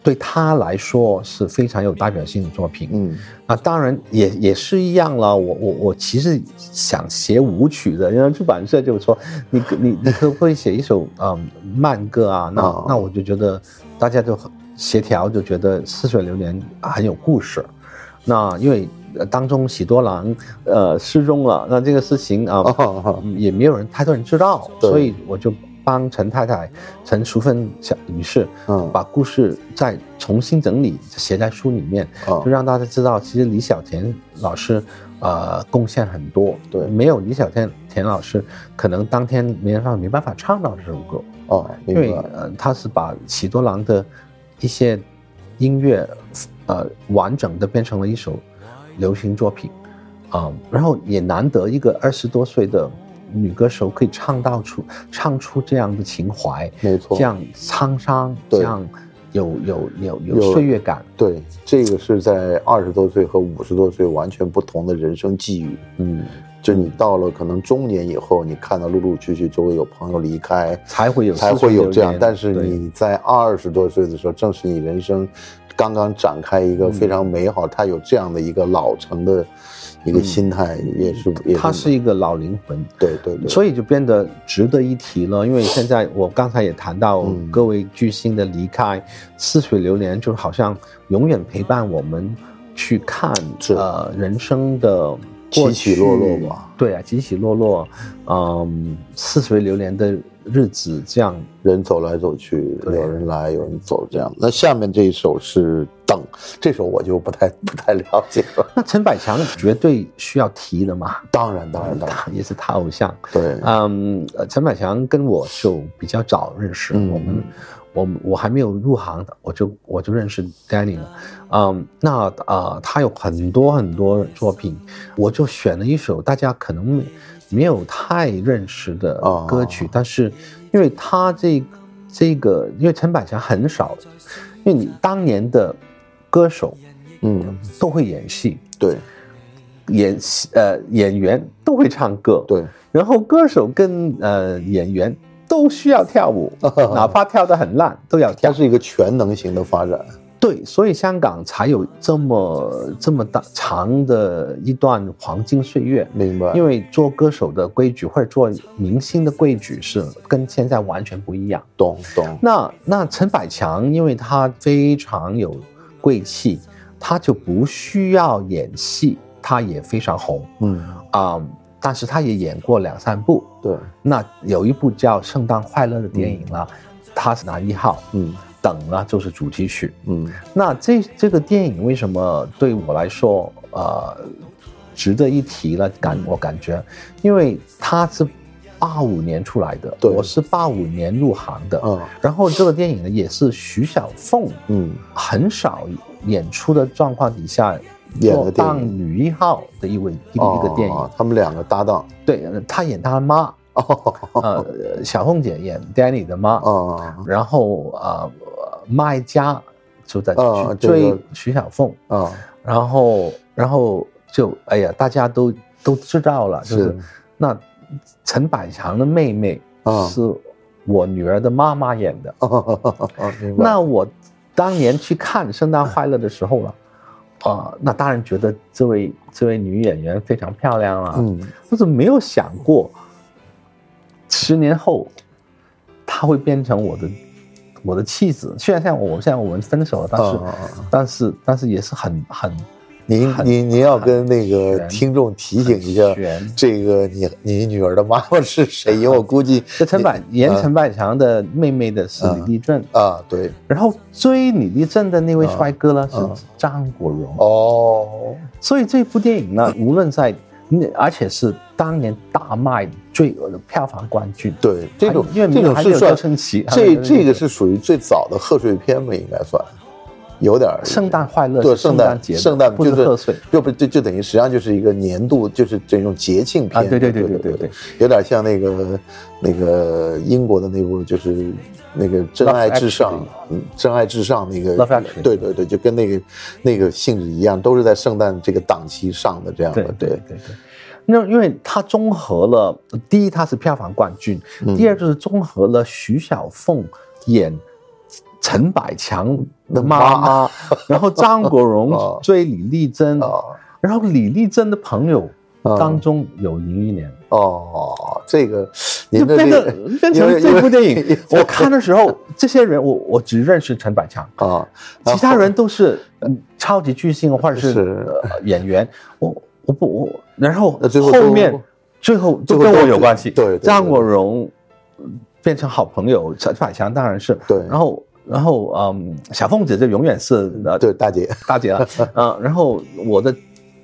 [SPEAKER 2] 对他来说是非常有代表性的作品。
[SPEAKER 1] 嗯
[SPEAKER 2] 啊，当然也也是一样了。我我我其实想写舞曲的，然后出版社就说你你你可不可以写一首嗯慢歌啊？那、
[SPEAKER 1] 哦
[SPEAKER 2] 那我就觉得大家就很协调，就觉得《似水流年》很有故事。那因为呃当中喜多郎呃失踪了，那这个事情啊、
[SPEAKER 1] 哦哦
[SPEAKER 2] 嗯也没有人太多人知道，
[SPEAKER 1] 对
[SPEAKER 2] 所以我就帮陈太太陈淑芬小女士
[SPEAKER 1] 嗯
[SPEAKER 2] 把故事再重新整理写在书里面。
[SPEAKER 1] 哦
[SPEAKER 2] 就让大家知道，其实李小田老师呃贡献很多。
[SPEAKER 1] 对
[SPEAKER 2] 没有李小田田老师，可能当天没人放没办法唱到这首歌，
[SPEAKER 1] 哦，明
[SPEAKER 2] 因为
[SPEAKER 1] 白。
[SPEAKER 2] 呃他是把喜多郎的一些音乐呃完整的变成了一首流行作品啊、然后也难得一个二十多岁的女歌手可以唱到出唱出这样的情怀，
[SPEAKER 1] 没错
[SPEAKER 2] 这样沧桑，
[SPEAKER 1] 对
[SPEAKER 2] 这样有有有
[SPEAKER 1] 有
[SPEAKER 2] 有岁月感。
[SPEAKER 1] 对，这个是在二十多岁和五十多岁完全不同的人生际遇。
[SPEAKER 2] 嗯，
[SPEAKER 1] 就你到了可能中年以后，你看到陆陆续续周围有朋友离开，
[SPEAKER 2] 才会有
[SPEAKER 1] 才会有这样。但是
[SPEAKER 2] 对
[SPEAKER 1] 你在二十多岁的时候，正是你人生刚刚展开一个
[SPEAKER 2] 嗯
[SPEAKER 1] 非常美好，他有这样的一个老成的一个心态，也是也
[SPEAKER 2] 他嗯是一个老灵魂，
[SPEAKER 1] 对对对，
[SPEAKER 2] 所以就变得值得一提了。因为现在我刚才也谈到
[SPEAKER 1] 嗯
[SPEAKER 2] 各位巨星的离开，似水流年就好像永远陪伴我们去看
[SPEAKER 1] 是
[SPEAKER 2] 呃人生的过
[SPEAKER 1] 起起
[SPEAKER 2] 去
[SPEAKER 1] 落落吧。
[SPEAKER 2] 对啊，起起落落，嗯，似水流年的日子这样。
[SPEAKER 1] 人走来走去，有
[SPEAKER 2] 对
[SPEAKER 1] 人来，有人走，这样。那下面这一首是《等》，这首我就不太不太了解了。
[SPEAKER 2] 那陈百强绝对需要提的嘛，
[SPEAKER 1] 当然，当然，当然，
[SPEAKER 2] 他 也是他偶像。
[SPEAKER 1] 对，
[SPEAKER 2] 嗯，呃陈百强跟我就比较早认识，
[SPEAKER 1] 嗯
[SPEAKER 2] 我们我们我还没有入行，我就我就认识 Danny 了。嗯，那呃，他有很多很多作品，我就选了一首大家可能没没有太认识的
[SPEAKER 1] 哦
[SPEAKER 2] 歌曲，但是因为他这这个，因为陈百强很少，因为你当年的歌手
[SPEAKER 1] 嗯，
[SPEAKER 2] 都会演戏，
[SPEAKER 1] 对，
[SPEAKER 2] 演戏呃演员都会唱歌，
[SPEAKER 1] 对，
[SPEAKER 2] 然后歌手跟呃演员都需要跳舞，哪怕跳得很烂都要
[SPEAKER 1] 它
[SPEAKER 2] 跳。
[SPEAKER 1] 是一个全能型的发展。
[SPEAKER 2] 对，所以香港才有这么这么大长的一段黄金岁月。
[SPEAKER 1] 明白，
[SPEAKER 2] 因
[SPEAKER 1] 为
[SPEAKER 2] 为做歌手的规矩或者做明星的规矩是跟现在完全不一样。
[SPEAKER 1] 懂懂，
[SPEAKER 2] 那那陈百强，因为他非常有贵气，他就不需要演戏，他也非常红
[SPEAKER 1] 嗯，
[SPEAKER 2] 啊、但是他也演过两三部，
[SPEAKER 1] 对，
[SPEAKER 2] 那有一部叫《圣诞快乐》的电影了，它是拿一号，
[SPEAKER 1] 嗯
[SPEAKER 2] 等了就是主题曲。
[SPEAKER 1] 嗯，
[SPEAKER 2] 那这这个电影为什么对我来说呃值得一提了？
[SPEAKER 1] 嗯
[SPEAKER 2] 感我感觉，因为它是八五年出来的，
[SPEAKER 1] 对
[SPEAKER 2] 我是八五年入行的。
[SPEAKER 1] 啊，
[SPEAKER 2] 然后这个电影呢，也是徐小凤
[SPEAKER 1] 嗯，
[SPEAKER 2] 很少演出的状况底下
[SPEAKER 1] 演
[SPEAKER 2] 做
[SPEAKER 1] 的电
[SPEAKER 2] 当
[SPEAKER 1] 影
[SPEAKER 2] 女一号的一位一个一个电影
[SPEAKER 1] 哦，他们两个搭档，
[SPEAKER 2] 对，她演她妈，
[SPEAKER 1] 哦
[SPEAKER 2] 呃，小凤姐演 Danny 的妈，
[SPEAKER 1] 哦
[SPEAKER 2] 然后呃，麦家就在
[SPEAKER 1] 啊
[SPEAKER 2] 去
[SPEAKER 1] 这个
[SPEAKER 2] 追徐小凤，
[SPEAKER 1] 哦，
[SPEAKER 2] 然后然后就哎呀，大家都都知道了，就是
[SPEAKER 1] 是
[SPEAKER 2] 那陈百强的妹妹
[SPEAKER 1] 啊
[SPEAKER 2] 是我女儿的妈妈演的，
[SPEAKER 1] 哦，明白，
[SPEAKER 2] 那我当年去看《圣诞快乐》的时候了。啊、那当然觉得这位这位女演员非常漂亮啊，
[SPEAKER 1] 嗯，
[SPEAKER 2] 我怎么没有想过，十年后，她会变成我的我的妻子？虽然现在我现在我们分手了，但是、
[SPEAKER 1] 啊啊
[SPEAKER 2] 但是但是也是很很
[SPEAKER 1] 您
[SPEAKER 2] 很
[SPEAKER 1] 您您要跟那个
[SPEAKER 2] 很悬
[SPEAKER 1] 听众提醒一下
[SPEAKER 2] 很，悬。
[SPEAKER 1] 这个你你女儿的妈妈是谁？因为我估计
[SPEAKER 2] 这陈百演
[SPEAKER 1] 嗯
[SPEAKER 2] 陈百强的妹妹的是李丽珍，
[SPEAKER 1] 啊，对，
[SPEAKER 2] 然后追李丽珍的那位帅哥呢、
[SPEAKER 1] 嗯
[SPEAKER 2] 是张国荣。
[SPEAKER 1] 哦，
[SPEAKER 2] 所以这部电影 呢，无论在而且是当年大卖最的票房冠军。
[SPEAKER 1] 对，这种
[SPEAKER 2] 还因为
[SPEAKER 1] 这种
[SPEAKER 2] 还没
[SPEAKER 1] 是
[SPEAKER 2] 有
[SPEAKER 1] 算
[SPEAKER 2] 周星驰还没
[SPEAKER 1] 这
[SPEAKER 2] 有周星驰
[SPEAKER 1] 这个是属于最早的贺岁片吧，应该算，有点儿
[SPEAKER 2] 圣诞快乐，
[SPEAKER 1] 对
[SPEAKER 2] 圣
[SPEAKER 1] 圣
[SPEAKER 2] 诞
[SPEAKER 1] 诞
[SPEAKER 2] 节的，
[SPEAKER 1] 圣诞
[SPEAKER 2] 不是贺岁。，
[SPEAKER 1] 就不就就等于实际上就是一个年度，就是这种节庆片
[SPEAKER 2] 啊对对对
[SPEAKER 1] 对
[SPEAKER 2] 对对对，
[SPEAKER 1] 有点像那个那个英国的那部就是那个《真爱至上》
[SPEAKER 2] Love Actually
[SPEAKER 1] 嗯，《真爱至上》那个
[SPEAKER 2] Love Actually
[SPEAKER 1] 对对对，就跟那个那个性质一样，都是在圣诞这个档期上的这样
[SPEAKER 2] 对
[SPEAKER 1] 的，
[SPEAKER 2] 对对对。那因为它综合了，第
[SPEAKER 1] 嗯
[SPEAKER 2] 一它是票房冠军，第二就是综合了徐小凤演陈百强的
[SPEAKER 1] 的
[SPEAKER 2] 妈
[SPEAKER 1] 妈
[SPEAKER 2] 妈，然后张国 荣
[SPEAKER 1] 哦
[SPEAKER 2] 追李丽珍，
[SPEAKER 1] 哦
[SPEAKER 2] 然后李丽珍的朋友
[SPEAKER 1] 嗯
[SPEAKER 2] 当中有林忆莲，
[SPEAKER 1] 哦，这个
[SPEAKER 2] 就
[SPEAKER 1] 您的
[SPEAKER 2] 变
[SPEAKER 1] 这个
[SPEAKER 2] 得 变成这部电
[SPEAKER 1] 因为因
[SPEAKER 2] 影
[SPEAKER 1] 为，
[SPEAKER 2] 我看的时候，这些人我我只认识陈百强，
[SPEAKER 1] 啊，然
[SPEAKER 2] 其
[SPEAKER 1] 后呃
[SPEAKER 2] 他人都是嗯超级巨星或者是
[SPEAKER 1] 是
[SPEAKER 2] 呃演员，我我不我，然后
[SPEAKER 1] 那最后都
[SPEAKER 2] 后面最后
[SPEAKER 1] 最后
[SPEAKER 2] 都跟
[SPEAKER 1] 都
[SPEAKER 2] 我有关系，
[SPEAKER 1] 对对对
[SPEAKER 2] 张国荣嗯变成好朋友，陈百强当然是，
[SPEAKER 1] 对
[SPEAKER 2] 然后然后嗯，小凤姐就永远是呃
[SPEAKER 1] 对大姐
[SPEAKER 2] 大姐了，嗯，然后我的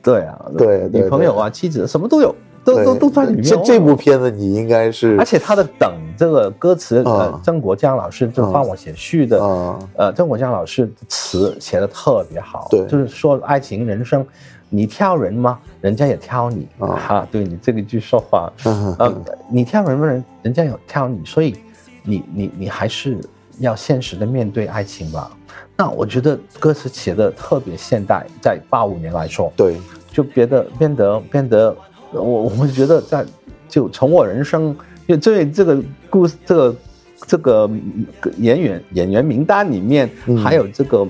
[SPEAKER 2] 对啊，
[SPEAKER 1] 对对
[SPEAKER 2] 女朋友啊、妻子什么都有，都
[SPEAKER 1] 对
[SPEAKER 2] 都都在里面。哦
[SPEAKER 1] 这这部片子你应该是
[SPEAKER 2] 而且他的“等”这个歌词，呃
[SPEAKER 1] 嗯，
[SPEAKER 2] 曾国江老师就帮我写序的，
[SPEAKER 1] 啊
[SPEAKER 2] 呃，曾国江老师的词写的特别好，
[SPEAKER 1] 对
[SPEAKER 2] 就是说爱情人生，你挑人吗？人家也挑你，
[SPEAKER 1] 嗯
[SPEAKER 2] 啊，对你这个句说话，
[SPEAKER 1] 嗯
[SPEAKER 2] 呃，你挑人吗？人人家有挑你，所以你你你还是要现实的面对爱情吧。那我觉得歌词写的特别现代，在八五年来说，
[SPEAKER 1] 对
[SPEAKER 2] 就变得变得变得，我我们觉得在就从我人生就这这个故事这个这个嗯演员演员名单里面，
[SPEAKER 1] 嗯
[SPEAKER 2] 还有这个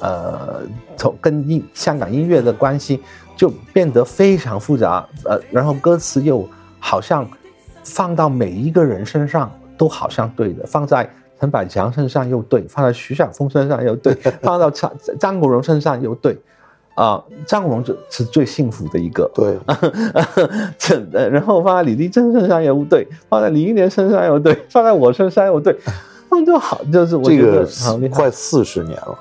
[SPEAKER 2] 呃从跟音香港音乐的关系就变得非常复杂，呃，然后歌词又好像放到每一个人身上都好像对的，放在。陈百强身上又对，放在徐晓峰身上又对，放到张张国荣身上又对，啊，张国荣就是最幸福的一个，
[SPEAKER 1] 对，
[SPEAKER 2] 这呃然后放在李丽珍身上也不对，放在李英莲身上也不对，放在我身上也不对，他们就好，就是我
[SPEAKER 1] 这
[SPEAKER 2] 觉得
[SPEAKER 1] 个
[SPEAKER 2] 很厉害，
[SPEAKER 1] 快四十年了，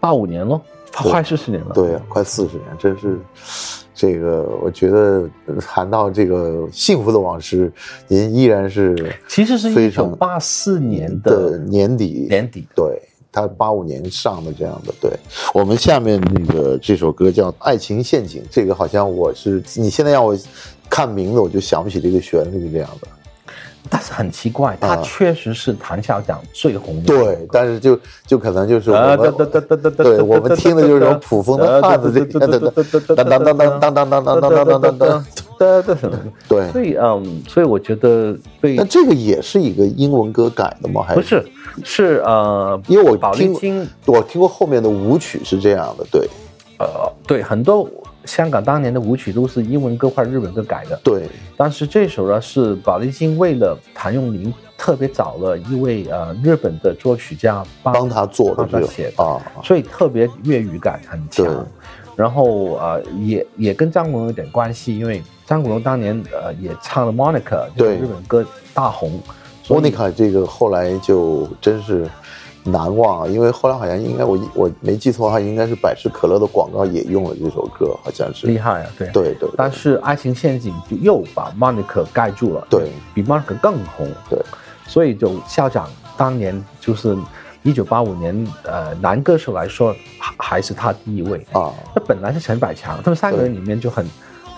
[SPEAKER 2] 八五年咯，快四十年了，
[SPEAKER 1] 对，快四十年，真是。这个我觉得谈到这个幸福的往事，您依然是
[SPEAKER 2] 其实是一
[SPEAKER 1] 非
[SPEAKER 2] 九
[SPEAKER 1] 常
[SPEAKER 2] 八四年
[SPEAKER 1] 的
[SPEAKER 2] 的
[SPEAKER 1] 年底
[SPEAKER 2] 年底，
[SPEAKER 1] 对他八五年上的这样的，对我们下面那个这首歌叫《爱情陷阱》，这个好像我是你现在让我看名字，我就想不起这个旋律这样的。
[SPEAKER 2] 但是很奇怪，他
[SPEAKER 1] 啊
[SPEAKER 2] 确实是谭校长最红的，
[SPEAKER 1] 对，但是就就可能就是我
[SPEAKER 2] 啊，
[SPEAKER 1] 们
[SPEAKER 2] 哒哒哒哒哒哒，
[SPEAKER 1] 对我们听的就是这种普通的汉子这样的当当当当当当当当当当当当，
[SPEAKER 2] 哒哒哒。
[SPEAKER 1] 对。
[SPEAKER 2] 所以嗯，所以我觉得对
[SPEAKER 1] 那，这个也是一个英文歌改的吗？还
[SPEAKER 2] 不是是呃，
[SPEAKER 1] 因为我
[SPEAKER 2] 宝丽
[SPEAKER 1] 听
[SPEAKER 2] 金
[SPEAKER 1] 我听过后面的舞曲是这样的，对
[SPEAKER 2] 呃，对很多香港当年的舞曲都是英文歌或者日文歌改的，
[SPEAKER 1] 对
[SPEAKER 2] 但是这首呢是宝丽金为了谭咏麟特别找了一位呃日本的作曲家
[SPEAKER 1] 帮他做的
[SPEAKER 2] 啊帮他
[SPEAKER 1] 这种
[SPEAKER 2] 写的，
[SPEAKER 1] 啊，
[SPEAKER 2] 所以特别粤语感很
[SPEAKER 1] 对
[SPEAKER 2] 强。然后呃，也也跟张国荣有点关系，因为张国荣当年呃也唱了《Monica》，就是
[SPEAKER 1] 对
[SPEAKER 2] 日本歌大红。
[SPEAKER 1] 莫
[SPEAKER 2] 所以
[SPEAKER 1] 妮卡这个后来就真是难忘啊，因为后来好像应该我我没记错的话，应该是百事可乐的广告也用了这首歌，好像是。
[SPEAKER 2] 厉害啊，对。
[SPEAKER 1] 对对
[SPEAKER 2] 但是《爱情陷阱》就又把 Monica 盖住了，
[SPEAKER 1] 对，
[SPEAKER 2] 比 Monica 更红，
[SPEAKER 1] 对，
[SPEAKER 2] 所以就校长当年就是一九八五年，呃，男歌手来说还还是他第一位，
[SPEAKER 1] 啊，
[SPEAKER 2] 那本来是陈百强，他们三个人里面就很，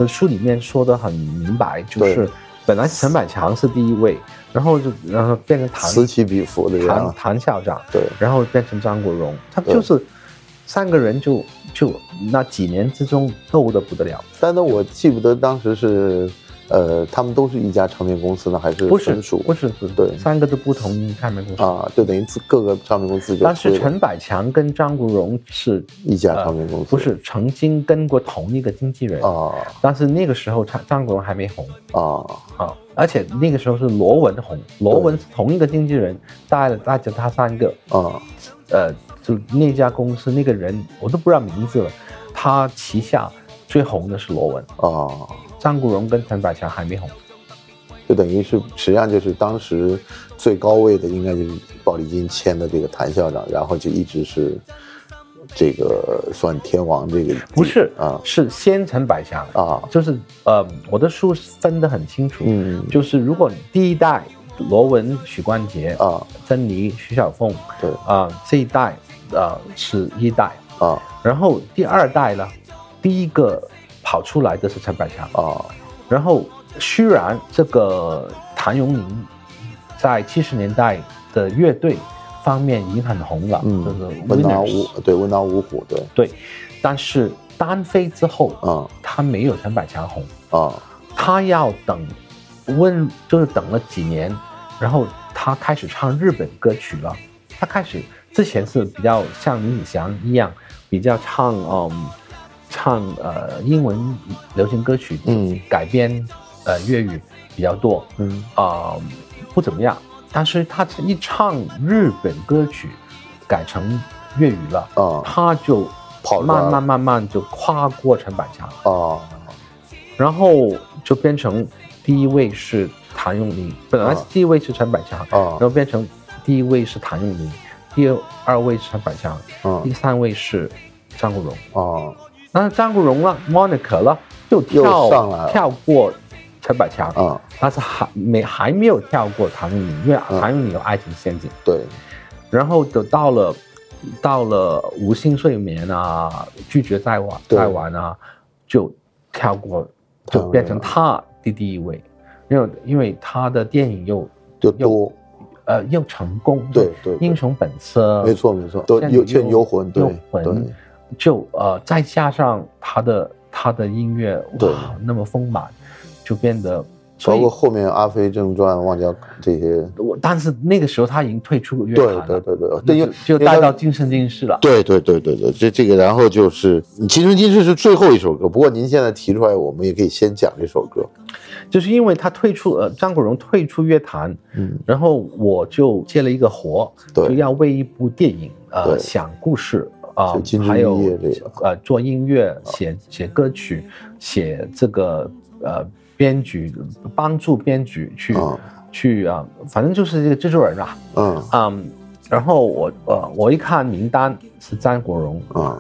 [SPEAKER 2] 就书里面说的很明白，就是
[SPEAKER 1] 对
[SPEAKER 2] 本来陈百强是第一位，然后就然后变成
[SPEAKER 1] 此
[SPEAKER 2] 谭
[SPEAKER 1] 起彼伏的这
[SPEAKER 2] 谭
[SPEAKER 1] 样。
[SPEAKER 2] 谭校长，
[SPEAKER 1] 啊对
[SPEAKER 2] 然后变成张国荣，他们
[SPEAKER 1] 对
[SPEAKER 2] 就是三个人就就那几年之中斗得不得了。
[SPEAKER 1] 但呢，我记不得当时是，呃，他们都是一家唱片公司呢，还是
[SPEAKER 2] 不是
[SPEAKER 1] 分属？
[SPEAKER 2] 不是不是，
[SPEAKER 1] 对
[SPEAKER 2] 三个都不同唱片公司。
[SPEAKER 1] 啊，就等于自各个唱片公司就
[SPEAKER 2] 但是
[SPEAKER 1] 推了
[SPEAKER 2] 陈百强跟张国荣是
[SPEAKER 1] 一家唱片公司，
[SPEAKER 2] 不是曾经跟过同一个经纪人？
[SPEAKER 1] 啊
[SPEAKER 2] 但是那个时候张张国荣还没红
[SPEAKER 1] 啊，
[SPEAKER 2] 啊，而且那个时候是罗文红，罗文是同一个经纪人带了带着他三个，
[SPEAKER 1] 啊，
[SPEAKER 2] 呃，就那家公司那个人我都不知道名字了，他旗下最红的是罗文，
[SPEAKER 1] 啊，
[SPEAKER 2] 张国荣跟陈百强还没红。
[SPEAKER 1] 就等于是实际上就是当时最高位的应该就是宝丽金签的这个谭校长，然后就一直是这个算天王这个
[SPEAKER 2] 不是
[SPEAKER 1] 啊
[SPEAKER 2] 是先陈百强，
[SPEAKER 1] 啊
[SPEAKER 2] 就是呃，我的书分得很清楚，
[SPEAKER 1] 嗯
[SPEAKER 2] 就是如果第一代罗文、许冠杰、呃
[SPEAKER 1] 啊
[SPEAKER 2] 珍妮、徐小凤
[SPEAKER 1] 对
[SPEAKER 2] 啊、这一代啊是一代，
[SPEAKER 1] 啊
[SPEAKER 2] 然后第二代呢，第一个跑出来的是陈百强，
[SPEAKER 1] 啊
[SPEAKER 2] 然后虽然这个谭咏麟在七十年代的乐队方面已经很红了，
[SPEAKER 1] 嗯
[SPEAKER 2] 就是，
[SPEAKER 1] 温拿
[SPEAKER 2] Winners
[SPEAKER 1] 五对温拿五虎对
[SPEAKER 2] 对，但是单飞之后，
[SPEAKER 1] 啊
[SPEAKER 2] 他没有陈百强红。
[SPEAKER 1] 啊
[SPEAKER 2] 他要等温，就是等了几年，然后他开始唱日本歌曲了，他开始之前是比较像林子祥一样，比较唱嗯唱呃英文流行歌曲，
[SPEAKER 1] 嗯
[SPEAKER 2] 改编呃粤语比较多，
[SPEAKER 1] 嗯
[SPEAKER 2] 啊、不怎么样。但是他一唱日本歌曲改成粤语了，
[SPEAKER 1] 啊
[SPEAKER 2] 他就
[SPEAKER 1] 跑出来
[SPEAKER 2] 慢
[SPEAKER 1] 了
[SPEAKER 2] 慢慢慢就跨过陈百强，
[SPEAKER 1] 啊
[SPEAKER 2] 然后就变成第一位是谭咏麟，本来是
[SPEAKER 1] 啊
[SPEAKER 2] 第一位是陈百强，
[SPEAKER 1] 啊
[SPEAKER 2] 然后变成第一位是谭咏麟，第二位是陈百强，
[SPEAKER 1] 啊
[SPEAKER 2] 第三位是张国荣。
[SPEAKER 1] 啊
[SPEAKER 2] 那张国荣了，Monica 了，又
[SPEAKER 1] 又上来
[SPEAKER 2] 跳
[SPEAKER 1] 了
[SPEAKER 2] 跳过陈百强，
[SPEAKER 1] 啊！
[SPEAKER 2] 但是还没还没有跳过谭咏麟，因为
[SPEAKER 1] 嗯
[SPEAKER 2] 谭咏麟有《爱情陷阱》
[SPEAKER 1] 对，
[SPEAKER 2] 然后就到了到了无心睡眠啊，拒绝再玩
[SPEAKER 1] 对
[SPEAKER 2] 再玩啊，就跳过，
[SPEAKER 1] 谭
[SPEAKER 2] 就
[SPEAKER 1] 咏麟
[SPEAKER 2] 变成
[SPEAKER 1] 了
[SPEAKER 2] 他的第一位，因为因为他的电影又
[SPEAKER 1] 就多，
[SPEAKER 2] 呃又成功，
[SPEAKER 1] 对对对
[SPEAKER 2] 英雄本色，
[SPEAKER 1] 没错没错，都
[SPEAKER 2] 倩女
[SPEAKER 1] 有倩女幽魂，对
[SPEAKER 2] 幽魂
[SPEAKER 1] 对
[SPEAKER 2] 就呃再加上他的他的音乐
[SPEAKER 1] 对
[SPEAKER 2] 哇那么丰满，就变得所
[SPEAKER 1] 包
[SPEAKER 2] 以
[SPEAKER 1] 括后面《阿飞正传》《望家》这些，
[SPEAKER 2] 我但是那个时候他已经退出乐
[SPEAKER 1] 对
[SPEAKER 2] 坛
[SPEAKER 1] 对
[SPEAKER 2] 了，
[SPEAKER 1] 对对，
[SPEAKER 2] 那
[SPEAKER 1] 对，因
[SPEAKER 2] 嗯就
[SPEAKER 1] 为
[SPEAKER 2] 就
[SPEAKER 1] 因为
[SPEAKER 2] 带
[SPEAKER 1] 他
[SPEAKER 2] 到今生今世了。
[SPEAKER 1] 对对对对对，这这个，然后就是《今生今世》是最后一首歌，不过您现在提出来，我们也可以先讲这首歌。
[SPEAKER 2] 就是因为他退出呃张国荣退出乐坛，
[SPEAKER 1] 嗯，
[SPEAKER 2] 然后我就接了一个活，
[SPEAKER 1] 对
[SPEAKER 2] 就要为一部电影呃
[SPEAKER 1] 对
[SPEAKER 2] 想故事啊、
[SPEAKER 1] 就金枝
[SPEAKER 2] 还
[SPEAKER 1] 玉
[SPEAKER 2] 有
[SPEAKER 1] 叶这个
[SPEAKER 2] 呃做音乐、写写歌曲、写这个呃编剧，帮助编剧去、
[SPEAKER 1] 啊
[SPEAKER 2] 去啊、呃反正就是这个制作人啊，
[SPEAKER 1] 嗯
[SPEAKER 2] 嗯，然后我呃我一看名单是张国荣，
[SPEAKER 1] 啊，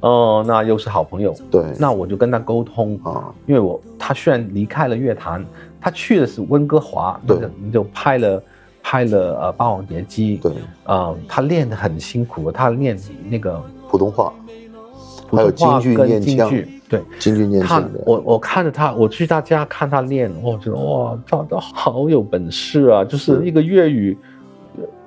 [SPEAKER 2] 哦、那又是好朋友，
[SPEAKER 1] 对，
[SPEAKER 2] 那我就跟他沟通，
[SPEAKER 1] 啊
[SPEAKER 2] 因为我他虽然离开了乐坛，他去的是温哥华，
[SPEAKER 1] 对
[SPEAKER 2] 那就就拍了拍了呃《霸王别姬》，
[SPEAKER 1] 对，
[SPEAKER 2] 呃，他练得很辛苦，他练那个
[SPEAKER 1] 普通话，
[SPEAKER 2] 普
[SPEAKER 1] 还有
[SPEAKER 2] 通
[SPEAKER 1] 京
[SPEAKER 2] 话
[SPEAKER 1] 剧
[SPEAKER 2] 跟
[SPEAKER 1] 念
[SPEAKER 2] 京
[SPEAKER 1] 腔
[SPEAKER 2] 剧，对。
[SPEAKER 1] 京剧念
[SPEAKER 2] 他
[SPEAKER 1] 腔的，
[SPEAKER 2] 我我看着他，我去他家看他练，我觉得哇，他他好有本事啊！就是
[SPEAKER 1] 是
[SPEAKER 2] 一个粤语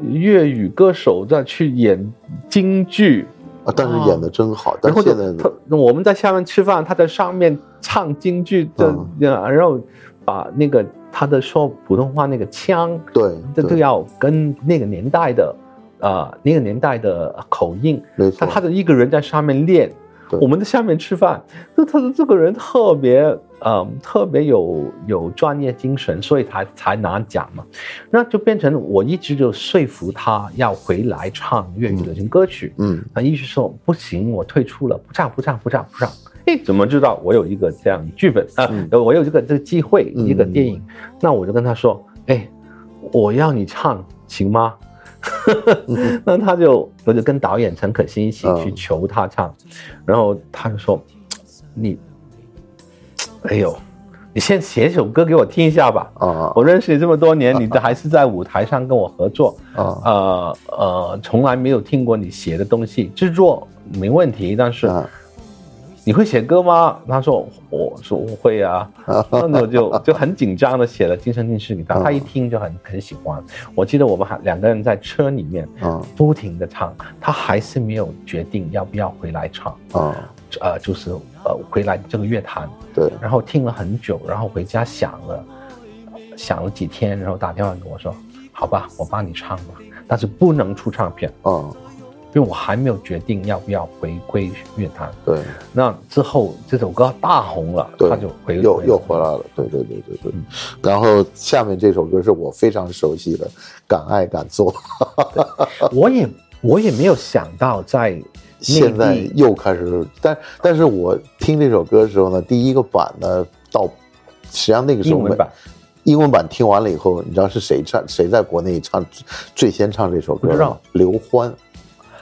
[SPEAKER 2] 粤语歌手再去演京剧，
[SPEAKER 1] 啊但是演的真好。但
[SPEAKER 2] 然后
[SPEAKER 1] 是
[SPEAKER 2] 就
[SPEAKER 1] 现在
[SPEAKER 2] 他我们在下面吃饭，他在上面唱京剧的，
[SPEAKER 1] 嗯
[SPEAKER 2] 然后把那个他的说普通话那个腔，
[SPEAKER 1] 对
[SPEAKER 2] 这都
[SPEAKER 1] 对，
[SPEAKER 2] 要跟那个年代的，呃，那个年代的口音。
[SPEAKER 1] 没错
[SPEAKER 2] 但，他的一个人在上面练，
[SPEAKER 1] 对
[SPEAKER 2] 我们在下面吃饭，就他的这个人特别，嗯，特别有有专业精神，所以才才拿奖嘛。那就变成我一直就说服他要回来唱粤语流行歌曲。
[SPEAKER 1] 嗯
[SPEAKER 2] 他一直说不行，我退出了，不唱不唱不唱不唱。哎，怎么知道我有一个这样剧本啊、
[SPEAKER 1] 嗯
[SPEAKER 2] 我有这个这个机会，
[SPEAKER 1] 嗯
[SPEAKER 2] 一个电影，那我就跟他说，哎，我要你唱行吗？ 那他就我就跟导演陈可辛一起去
[SPEAKER 1] 嗯
[SPEAKER 2] 求他唱，然后他就说，你，哎呦，你先写首歌给我听一下吧。
[SPEAKER 1] 啊
[SPEAKER 2] 我认识你这么多年，你都还是在舞台上跟我合作，
[SPEAKER 1] 啊
[SPEAKER 2] 呃呃，从来没有听过你写的东西，制作没问题，但是
[SPEAKER 1] 啊
[SPEAKER 2] 你会写歌吗？他说我说我会啊，那我就就很紧张的写了《今生今世》给他，
[SPEAKER 1] 嗯
[SPEAKER 2] 他一听就很很喜欢。我记得我们还两个人在车里面
[SPEAKER 1] 啊
[SPEAKER 2] 不停的唱，他还是没有决定要不要回来唱，
[SPEAKER 1] 啊！
[SPEAKER 2] 呃，就是呃回来这个乐坛，
[SPEAKER 1] 对，
[SPEAKER 2] 然后听了很久，然后回家想了，想了几天，然后打电话给我说，好吧，我帮你唱吧，但是不能出唱片。
[SPEAKER 1] 啊
[SPEAKER 2] 因为我还没有决定要不要回归乐坛。
[SPEAKER 1] 对，
[SPEAKER 2] 那之后这首歌大红了，
[SPEAKER 1] 对
[SPEAKER 2] 他就回
[SPEAKER 1] 又又回
[SPEAKER 2] 来
[SPEAKER 1] 来
[SPEAKER 2] 了。
[SPEAKER 1] 了，对对对对对
[SPEAKER 2] 嗯。
[SPEAKER 1] 然后下面这首歌是我非常熟悉的《敢爱敢做》，
[SPEAKER 2] 我也我也没有想到在内
[SPEAKER 1] 现在
[SPEAKER 2] 地，
[SPEAKER 1] 又开始，但但是我听这首歌的时候呢，第一个版呢到，实际上那个时候
[SPEAKER 2] 英文版
[SPEAKER 1] 英文版听完了以后，你知道是谁唱谁在国内唱最先唱这首歌吗？
[SPEAKER 2] 不知道
[SPEAKER 1] 刘欢，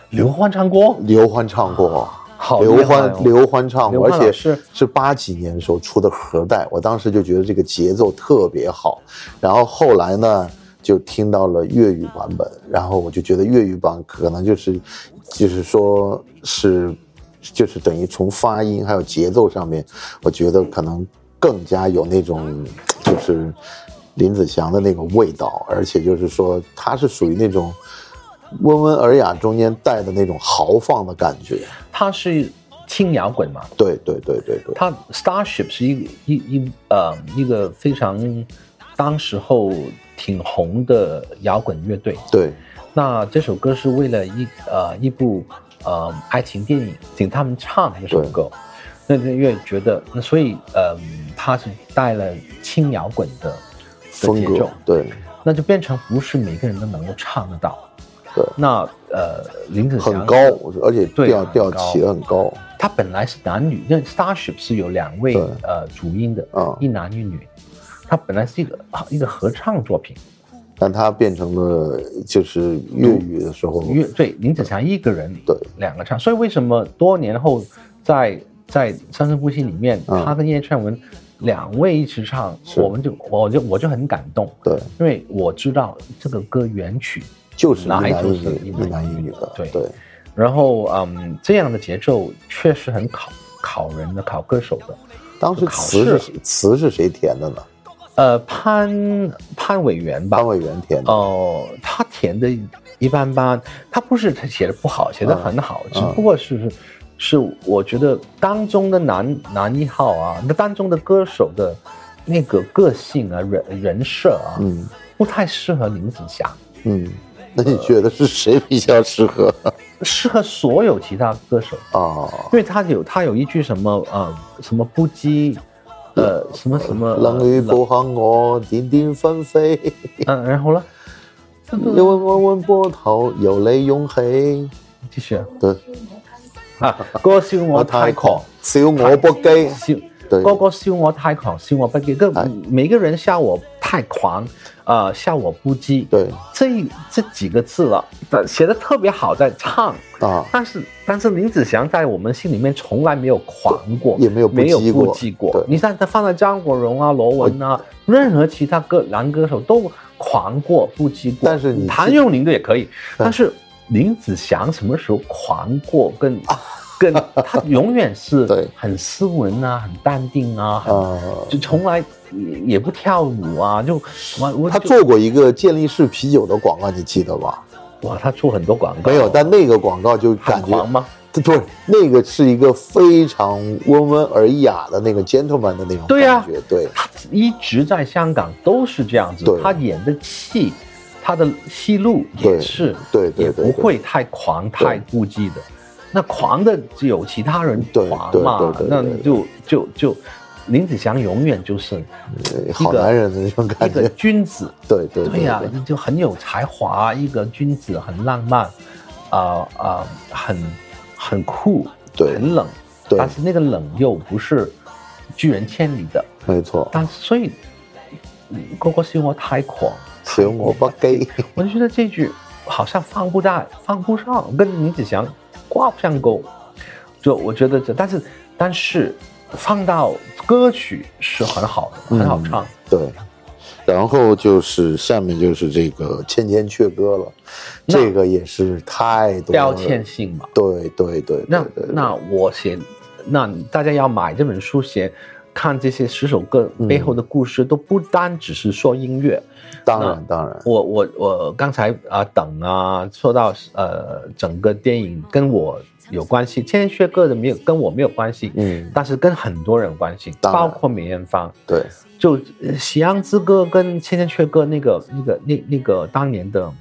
[SPEAKER 2] 刘欢唱歌，
[SPEAKER 1] 刘欢唱过。
[SPEAKER 2] 啊好
[SPEAKER 1] 刘
[SPEAKER 2] 厉害
[SPEAKER 1] 欢
[SPEAKER 2] 哦，
[SPEAKER 1] 刘欢唱
[SPEAKER 2] 刘
[SPEAKER 1] 过，
[SPEAKER 2] 欢
[SPEAKER 1] 而且
[SPEAKER 2] 老师
[SPEAKER 1] 是八几年的时候出的盒带，我当时就觉得这个节奏特别好，然后后来呢就听到了粤语版本，然后我就觉得粤语版可能就是，就是说是，就是等于从发音还有节奏上面，我觉得可能更加有那种就是林子祥的那个味道，而且就是说他是属于那种。温文尔雅中间带的那种豪放的感觉，
[SPEAKER 2] 他是轻摇滚嘛，
[SPEAKER 1] 对对对对对，
[SPEAKER 2] 他 Starship 是一个一一呃一个非常当时候挺红的摇滚乐队，
[SPEAKER 1] 对
[SPEAKER 2] 那这首歌是为了一呃一部呃爱情电影，请他们唱这首歌。那那越觉得，那所以呃，它是带了轻摇滚的的
[SPEAKER 1] 风
[SPEAKER 2] 节
[SPEAKER 1] 格
[SPEAKER 2] 奏，
[SPEAKER 1] 对，
[SPEAKER 2] 那就变成不是每个人都能够唱得到。
[SPEAKER 1] 对
[SPEAKER 2] 那呃，林子祥
[SPEAKER 1] 很高，我说而且
[SPEAKER 2] 对
[SPEAKER 1] 调
[SPEAKER 2] 很
[SPEAKER 1] 调
[SPEAKER 2] 高
[SPEAKER 1] 起得很高
[SPEAKER 2] 他本来是男女，那 Starship 是有两位
[SPEAKER 1] 对
[SPEAKER 2] 呃主音的，
[SPEAKER 1] 啊，
[SPEAKER 2] 一男一女。他本来是一个啊一个合唱作品，
[SPEAKER 1] 但它变成了就是粤语的时候，
[SPEAKER 2] 乐对林子祥一个人
[SPEAKER 1] 对
[SPEAKER 2] 两个唱，所以为什么多年后在在《三生不息》里面，
[SPEAKER 1] 嗯
[SPEAKER 2] 他跟叶倩文两位一起唱，
[SPEAKER 1] 是
[SPEAKER 2] 我们就我就我就很感动，
[SPEAKER 1] 对，
[SPEAKER 2] 因为我知道这个歌原曲，
[SPEAKER 1] 就是一
[SPEAKER 2] 哪一
[SPEAKER 1] 男
[SPEAKER 2] 种
[SPEAKER 1] 一
[SPEAKER 2] 是
[SPEAKER 1] 女，
[SPEAKER 2] 一
[SPEAKER 1] 一
[SPEAKER 2] 男
[SPEAKER 1] 男
[SPEAKER 2] 一
[SPEAKER 1] 一
[SPEAKER 2] 女
[SPEAKER 1] 女的，
[SPEAKER 2] 对
[SPEAKER 1] 对，
[SPEAKER 2] 然后嗯这样的节奏确实很考考人的，考歌手的。
[SPEAKER 1] 当时
[SPEAKER 2] 考
[SPEAKER 1] 词
[SPEAKER 2] 试
[SPEAKER 1] 是词是谁填的呢？
[SPEAKER 2] 呃，潘潘伟元吧
[SPEAKER 1] 潘，伟元填的，
[SPEAKER 2] 哦、他填的一般般，他不是他写的不好，写的
[SPEAKER 1] 啊
[SPEAKER 2] 很好，只不过是、是我觉得当中的男男一号啊，那当中的歌手的那个个性啊、人人设啊，
[SPEAKER 1] 嗯
[SPEAKER 2] 不太适合林子祥，
[SPEAKER 1] 嗯，那你觉得是谁比较适合
[SPEAKER 2] 适合所有其他歌手，
[SPEAKER 1] 啊？
[SPEAKER 2] 因为他有他有一句什么呃什么不羁，呃什么什么，呃
[SPEAKER 1] 冷雨不行我，点点纷飞，
[SPEAKER 2] 嗯、然后呢，这
[SPEAKER 1] 一
[SPEAKER 2] 个
[SPEAKER 1] 温温温波涛，由你湧起。
[SPEAKER 2] 继续啊
[SPEAKER 1] 對，
[SPEAKER 2] 啊，歌笑我太狂。
[SPEAKER 1] 笑我不羈。
[SPEAKER 2] 笑
[SPEAKER 1] 對，
[SPEAKER 2] 個個笑我太狂，笑我不羈，個
[SPEAKER 1] 係
[SPEAKER 2] 每個人笑我太狂，呃，笑我不羁，
[SPEAKER 1] 對
[SPEAKER 2] 這這幾個字了，但寫得特別好，在唱，
[SPEAKER 1] 啊，
[SPEAKER 2] 但是但是林子祥在我們心裡面從來沒有狂過，
[SPEAKER 1] 也沒有不
[SPEAKER 2] 沒有
[SPEAKER 1] 羁
[SPEAKER 2] 不
[SPEAKER 1] 過
[SPEAKER 2] 羁過
[SPEAKER 1] 對。
[SPEAKER 2] 你看他放在张國榮啊、羅文啊，任何其他歌男歌手都狂過、不羁過，
[SPEAKER 1] 但是嗯你
[SPEAKER 2] 谭咏麟的也可以，但是林子祥什么时候狂过跟？ 跟他永远是
[SPEAKER 1] 啊 对
[SPEAKER 2] 很斯文啊，很淡定啊，很
[SPEAKER 1] 啊，
[SPEAKER 2] 就从来也也不跳舞啊，就我我
[SPEAKER 1] 他
[SPEAKER 2] 就
[SPEAKER 1] 做过一个健力士啤酒的广告，你记得吧？
[SPEAKER 2] 哇，他做很多广告，
[SPEAKER 1] 没有，但那个广告就
[SPEAKER 2] 很
[SPEAKER 1] 感
[SPEAKER 2] 狂
[SPEAKER 1] 觉，
[SPEAKER 2] 吗？
[SPEAKER 1] 不是那个是一个非常温文尔雅的那个 gentleman 的那种
[SPEAKER 2] 对呀
[SPEAKER 1] 感觉，对
[SPEAKER 2] 他一直在香港都是这样子
[SPEAKER 1] 对，
[SPEAKER 2] 他演的戏，他的戏路也是，
[SPEAKER 1] 对对对
[SPEAKER 2] 也不会太狂太顾忌的。那狂的只有其他人
[SPEAKER 1] 对
[SPEAKER 2] 狂
[SPEAKER 1] 对
[SPEAKER 2] 嘛
[SPEAKER 1] 对对，
[SPEAKER 2] 那
[SPEAKER 1] 对
[SPEAKER 2] 就就就林子祥永远就是
[SPEAKER 1] 对，好男人的那种
[SPEAKER 2] 一
[SPEAKER 1] 感
[SPEAKER 2] 个
[SPEAKER 1] 觉，
[SPEAKER 2] 君子，
[SPEAKER 1] 对对
[SPEAKER 2] 对呀、
[SPEAKER 1] 对
[SPEAKER 2] 你就很有才华，一个君子，很浪漫，啊、啊、很很酷，
[SPEAKER 1] 对
[SPEAKER 2] 很冷，
[SPEAKER 1] 对
[SPEAKER 2] 但是那个冷又不是拒人千里的，
[SPEAKER 1] 没错，
[SPEAKER 2] 但所以哥哥是我太狂，
[SPEAKER 1] 笑我不羈，
[SPEAKER 2] 我就觉得这句好像放不大，放不上，跟林子祥挂不上钩，就我觉得这，但是但是放到歌曲是很好的，很好唱，
[SPEAKER 1] 对。然后就是下面就是这个《千千阙歌》了，
[SPEAKER 2] 那
[SPEAKER 1] 这个也是太多
[SPEAKER 2] 标
[SPEAKER 1] 了
[SPEAKER 2] 签，性嘛。
[SPEAKER 1] 对对对，
[SPEAKER 2] 那
[SPEAKER 1] 对对对
[SPEAKER 2] 那我写，那大家要买这本书写，看这些十首歌背后的故事，都不单只是说音乐。
[SPEAKER 1] 当然当然，
[SPEAKER 2] 我我我刚才啊、等啊，说到呃整个电影跟我有关系，《千千阙歌》的没有跟我没有关系，
[SPEAKER 1] 嗯，
[SPEAKER 2] 但是跟很多人有关系，
[SPEAKER 1] 当然
[SPEAKER 2] 包括梅艳芳。
[SPEAKER 1] 对，
[SPEAKER 2] 就呃《喜羊之歌》跟《千千阙歌》那个那个那那个当年的嘖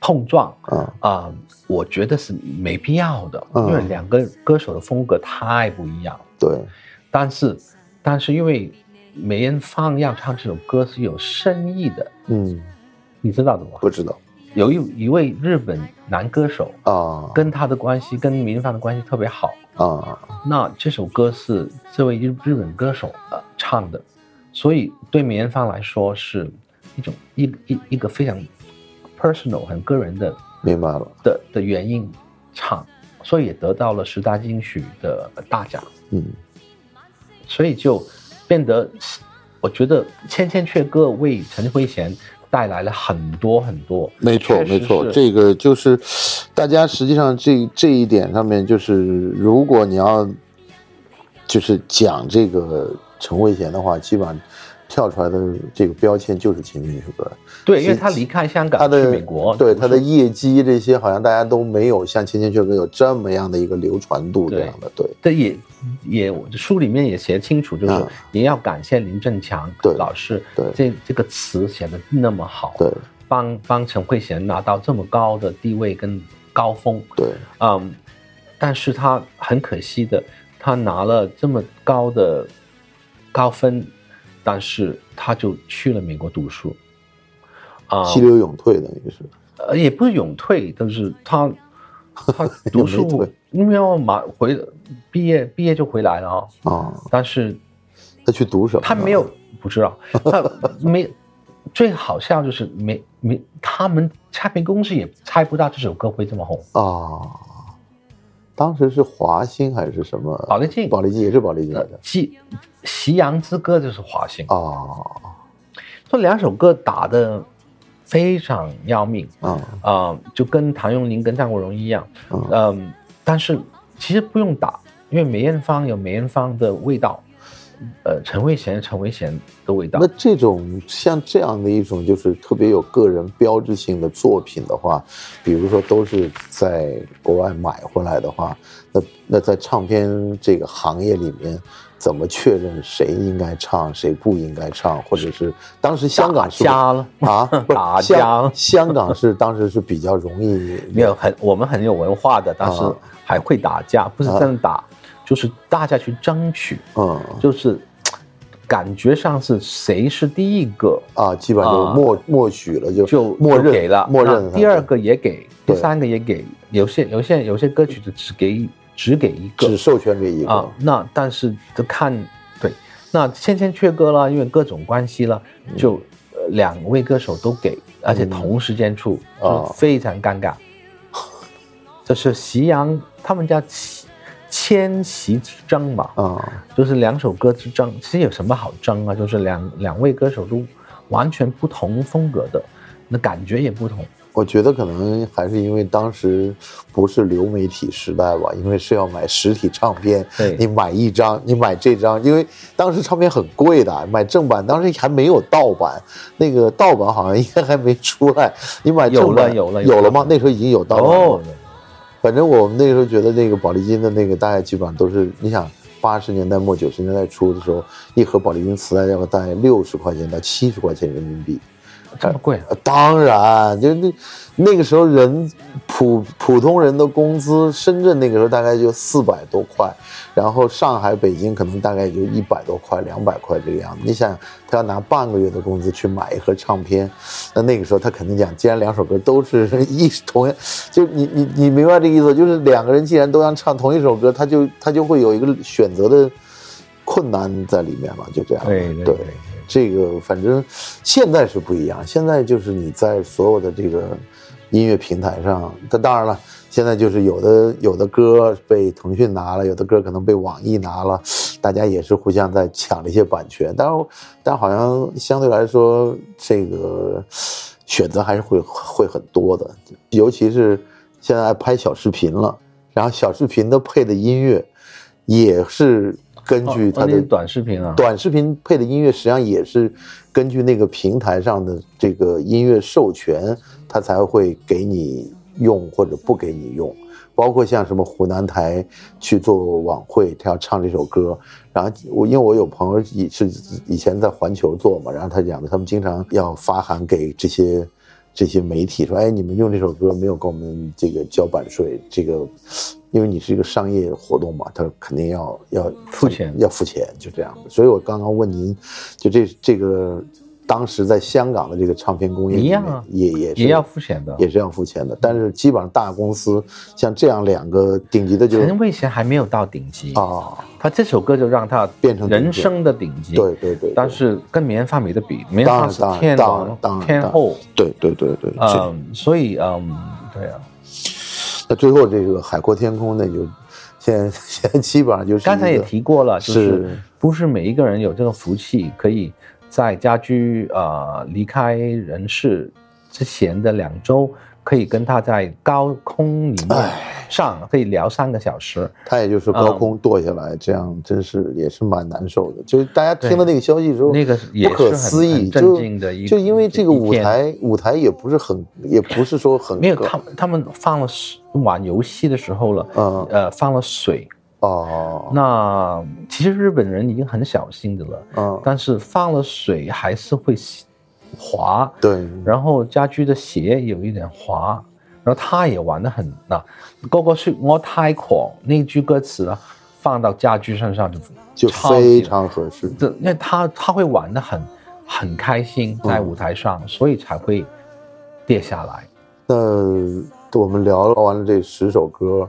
[SPEAKER 2] 碰撞，
[SPEAKER 1] 啊，
[SPEAKER 2] 啊、我觉得是没必要的，
[SPEAKER 1] 嗯
[SPEAKER 2] 因为两个歌手的风格太不一样。
[SPEAKER 1] 对，
[SPEAKER 2] 但是，但是因为梅艳芳要唱这首歌是有深意的，
[SPEAKER 1] 嗯，
[SPEAKER 2] 你知道的吗？
[SPEAKER 1] 不知道
[SPEAKER 2] 有一一位日本男歌手
[SPEAKER 1] 啊，
[SPEAKER 2] 跟他的关系跟梅艳芳的关系特别好，
[SPEAKER 1] 啊，
[SPEAKER 2] 那这首歌是这位日日本歌手呃唱的，所以对梅艳芳来说是一种一一一个非常 personal 很个人的
[SPEAKER 1] 明白了，
[SPEAKER 2] 的的原因唱，所以也得到了十大金曲的大奖，
[SPEAKER 1] 嗯，
[SPEAKER 2] 所以就变得，我觉得《千千阙歌》为陈慧娴带来了很多很多，
[SPEAKER 1] 没错，
[SPEAKER 2] 确实
[SPEAKER 1] 没错，
[SPEAKER 2] 是
[SPEAKER 1] 这个就是大家实际上这这一点上面，就是如果你要就是讲这个陈慧娴的话，基本上跳出来的这个标签就是《情景歌》，
[SPEAKER 2] 对，因为她离开香
[SPEAKER 1] 他
[SPEAKER 2] 啊港去
[SPEAKER 1] 的
[SPEAKER 2] 美国，
[SPEAKER 1] 对
[SPEAKER 2] 读
[SPEAKER 1] 他的
[SPEAKER 2] 书
[SPEAKER 1] 业绩这些，好像大家都没有像《千千阙歌》有这么样的一个流传度这
[SPEAKER 2] 对
[SPEAKER 1] 样的，对
[SPEAKER 2] 这也也我书里面也写清楚，就是
[SPEAKER 1] 嗯
[SPEAKER 2] 也要感谢林振强
[SPEAKER 1] 对
[SPEAKER 2] 老师，
[SPEAKER 1] 对
[SPEAKER 2] 这这个词写的那么好，
[SPEAKER 1] 对
[SPEAKER 2] 帮帮陈慧娴拿到这么高的地位跟高峰，
[SPEAKER 1] 对，
[SPEAKER 2] 嗯，但是他很可惜的，他拿了这么高的高分，但是他就去了美国读书，啊、
[SPEAKER 1] 气流勇退等于是，
[SPEAKER 2] 呃，也不是勇退，但是 他他
[SPEAKER 1] 也
[SPEAKER 2] 读
[SPEAKER 1] 没
[SPEAKER 2] 书
[SPEAKER 1] 退，
[SPEAKER 2] 因为要马回毕业毕业就回来了啊、
[SPEAKER 1] 啊，
[SPEAKER 2] 但是
[SPEAKER 1] 他去读什么呢？
[SPEAKER 2] 他没有不知道，他没 最好笑就是没没他们唱片公司也猜不到这首歌会这么红，
[SPEAKER 1] 啊，当时是华星还是什么？
[SPEAKER 2] 宝丽镜
[SPEAKER 1] 宝丽金也是宝丽金来的
[SPEAKER 2] 夕夕阳之歌就是华星，
[SPEAKER 1] 啊
[SPEAKER 2] 这两首歌打的非常要命
[SPEAKER 1] 啊
[SPEAKER 2] 啊、就跟谭咏麟跟张国荣一样，
[SPEAKER 1] 嗯
[SPEAKER 2] 嗯、但是其实不用打，因为梅艳芳有梅艳芳的味道，呃，陈慧娴有陈慧娴的味道
[SPEAKER 1] 那，这种像这样的一种就是特别有个人标志性的作品的话，比如说都是在国外买回来的话，那那在唱片这个行业里面，怎么确认谁应该唱，谁不应该唱，或者是当时香港是不是
[SPEAKER 2] 加了。
[SPEAKER 1] 啊，不是
[SPEAKER 2] 打
[SPEAKER 1] 香
[SPEAKER 2] 架
[SPEAKER 1] 香港是当时是比较容易
[SPEAKER 2] 没有很我们很有文化的，但是
[SPEAKER 1] 啊
[SPEAKER 2] 还会打架，不是
[SPEAKER 1] 啊
[SPEAKER 2] 真的打，就是大家去争取，
[SPEAKER 1] 嗯
[SPEAKER 2] 就是感觉上是谁是第一个
[SPEAKER 1] 啊，基本上就
[SPEAKER 2] 啊
[SPEAKER 1] 默、默许了，就
[SPEAKER 2] 就
[SPEAKER 1] 默
[SPEAKER 2] 就
[SPEAKER 1] 认
[SPEAKER 2] 给了，
[SPEAKER 1] 默
[SPEAKER 2] 那
[SPEAKER 1] 认了
[SPEAKER 2] 第二个也给，第
[SPEAKER 1] 对
[SPEAKER 2] 三个也给，有些有些有些歌曲就只给只给一个
[SPEAKER 1] 只授权给一个
[SPEAKER 2] 啊，那但是就看对，那先前缺歌了，因为各种关系了，
[SPEAKER 1] 嗯
[SPEAKER 2] 就呃两位歌手都给，而且同时间出，
[SPEAKER 1] 哦
[SPEAKER 2] 就非常尴 尬。就是夕阳，他们叫夕千禧之争嘛，
[SPEAKER 1] 啊
[SPEAKER 2] 就是两首歌之争。其实有什么好争啊？就是两两位歌手都完全不同风格的，那感觉也不同。
[SPEAKER 1] 我觉得可能还是因为当时不是流媒体时代吧，因为是要买实体唱片，
[SPEAKER 2] 对
[SPEAKER 1] 你买一张，你买这张，因为当时唱片很贵的，买正版当时还没有盗版，那个盗版好像应该还没出来，你买正版
[SPEAKER 2] 有了有了有了
[SPEAKER 1] 有了吗？那时候已经有盗版了吗
[SPEAKER 2] 哦，
[SPEAKER 1] 反正我们那个时候觉得那个宝丽金的那个大概基本上都是，你想八十年代末九十年代初的时候，一盒宝丽金磁带要大概六十块钱到七十块钱人民币。
[SPEAKER 2] 这么贵啊！
[SPEAKER 1] 呃当然，就那那个时候人普普通人的工资，深圳那个时候大概就四百多块，然后上海、北京可能大概也就一百多块、两百块这个样子。你想，他要拿半个月的工资去买一盒唱片，那那个时候他肯定讲，既然两首歌都是一同样，就你你你明白这个意思？就是两个人既然都要唱同一首歌，他就他就会有一个选择的困难在里面嘛，就这样。
[SPEAKER 2] 对对对，
[SPEAKER 1] 这个反正现在是不一样，现在就是你在所有的这个音乐平台上，但当然了，现在就是有的有的歌被腾讯拿了，有的歌可能被网易拿了，大家也是互相在抢这些版权，但是但好像相对来说，这个选择还是会会很多的，尤其是现在拍小视频了，然后小视频的配的音乐也是根据
[SPEAKER 2] 哦
[SPEAKER 1] 它
[SPEAKER 2] 那
[SPEAKER 1] 的、
[SPEAKER 2] 是短视频啊，
[SPEAKER 1] 短视频配的音乐实际上也是根据那个平台上的这个音乐授权，它才会给你用或者不给你用。包括像什么湖南台去做晚会，他要唱这首歌，然后我因为我有朋友以是以前在环球做嘛，然后他讲的，他们经常要发函给这些 这些媒体说，哎，你们用这首歌没有给我们这个交版税，这个因为你是一个商业活动嘛，他肯定要要
[SPEAKER 2] 付钱
[SPEAKER 1] 要付钱，就这样。所以我刚刚问您，就这这个当时在香港的这个唱片工业里
[SPEAKER 2] 一样
[SPEAKER 1] 面
[SPEAKER 2] 啊
[SPEAKER 1] 也也是
[SPEAKER 2] 也要付钱的。
[SPEAKER 1] 也是要付钱的，但是基本上大公司像这样两个顶级的就
[SPEAKER 2] 陈慧娴还没有到顶级
[SPEAKER 1] 啊，
[SPEAKER 2] 他这首歌就让他
[SPEAKER 1] 变成顶级
[SPEAKER 2] 人生的顶级。
[SPEAKER 1] 对对对，
[SPEAKER 2] 但是跟梅艳芳没得比，梅艳芳是
[SPEAKER 1] 当然
[SPEAKER 2] 天
[SPEAKER 1] 当然当
[SPEAKER 2] 王
[SPEAKER 1] 然
[SPEAKER 2] 天后，
[SPEAKER 1] 对对对对，这
[SPEAKER 2] 嗯，所以嗯，对啊，
[SPEAKER 1] 那最后这个海阔天空那就现在 现在基本上就是
[SPEAKER 2] 刚才
[SPEAKER 1] 一
[SPEAKER 2] 也
[SPEAKER 1] 个
[SPEAKER 2] 提过了，就是是不是每一个人有这个福气，可以在家居呃离开人世之前的两周，可以跟他在高空里面上可以聊三个小时，
[SPEAKER 1] 他也就是
[SPEAKER 2] 嗯
[SPEAKER 1] 高空堕下来，这样真是也是蛮难受的。就是大家听到那个消息之后，
[SPEAKER 2] 那个也
[SPEAKER 1] 不可
[SPEAKER 2] 是很
[SPEAKER 1] 思议，
[SPEAKER 2] 很震惊的一
[SPEAKER 1] 就就因为这个
[SPEAKER 2] 一
[SPEAKER 1] 舞
[SPEAKER 2] 天
[SPEAKER 1] 台舞台也不是很，也不是说很
[SPEAKER 2] 没有
[SPEAKER 1] 高
[SPEAKER 2] 他们他们放了水玩游戏的时候了，
[SPEAKER 1] 嗯
[SPEAKER 2] 呃放了水，
[SPEAKER 1] 哦，
[SPEAKER 2] 那其实日本人已经很小心的了，
[SPEAKER 1] 嗯
[SPEAKER 2] 但是放了水还是会吸滑，
[SPEAKER 1] 对，
[SPEAKER 2] 然后家居嘅鞋有一點滑，然後他也玩得很嗱，嗰、個說我太狂呢句歌詞啦，放到家居身上就
[SPEAKER 1] 就
[SPEAKER 2] 超級
[SPEAKER 1] 非常合适。
[SPEAKER 2] 这因为他他会玩得很很开心
[SPEAKER 1] 嗯
[SPEAKER 2] 在舞台上，所以才会跌下来。
[SPEAKER 1] 那我们聊完了这十首歌，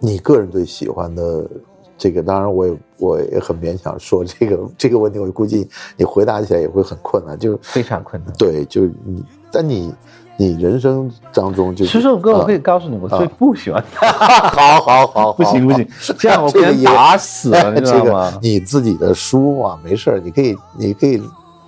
[SPEAKER 1] 你个人最喜欢的这个，当然我也我也很勉强说这个 这个问题，我估计你回答起来也会很困难。就
[SPEAKER 2] 非常困难。
[SPEAKER 1] 对，就你，但你你人生当中就
[SPEAKER 2] 十
[SPEAKER 1] 是啊
[SPEAKER 2] 首歌我可以告诉你，我最不喜欢 的。
[SPEAKER 1] 好好好，
[SPEAKER 2] 不行不行，这样我
[SPEAKER 1] 啊 这
[SPEAKER 2] 被
[SPEAKER 1] 个
[SPEAKER 2] 人
[SPEAKER 1] 也
[SPEAKER 2] 打死了，你知
[SPEAKER 1] 这
[SPEAKER 2] 道
[SPEAKER 1] 个
[SPEAKER 2] 吗？
[SPEAKER 1] 你自己的书啊，没事儿，你可以你可以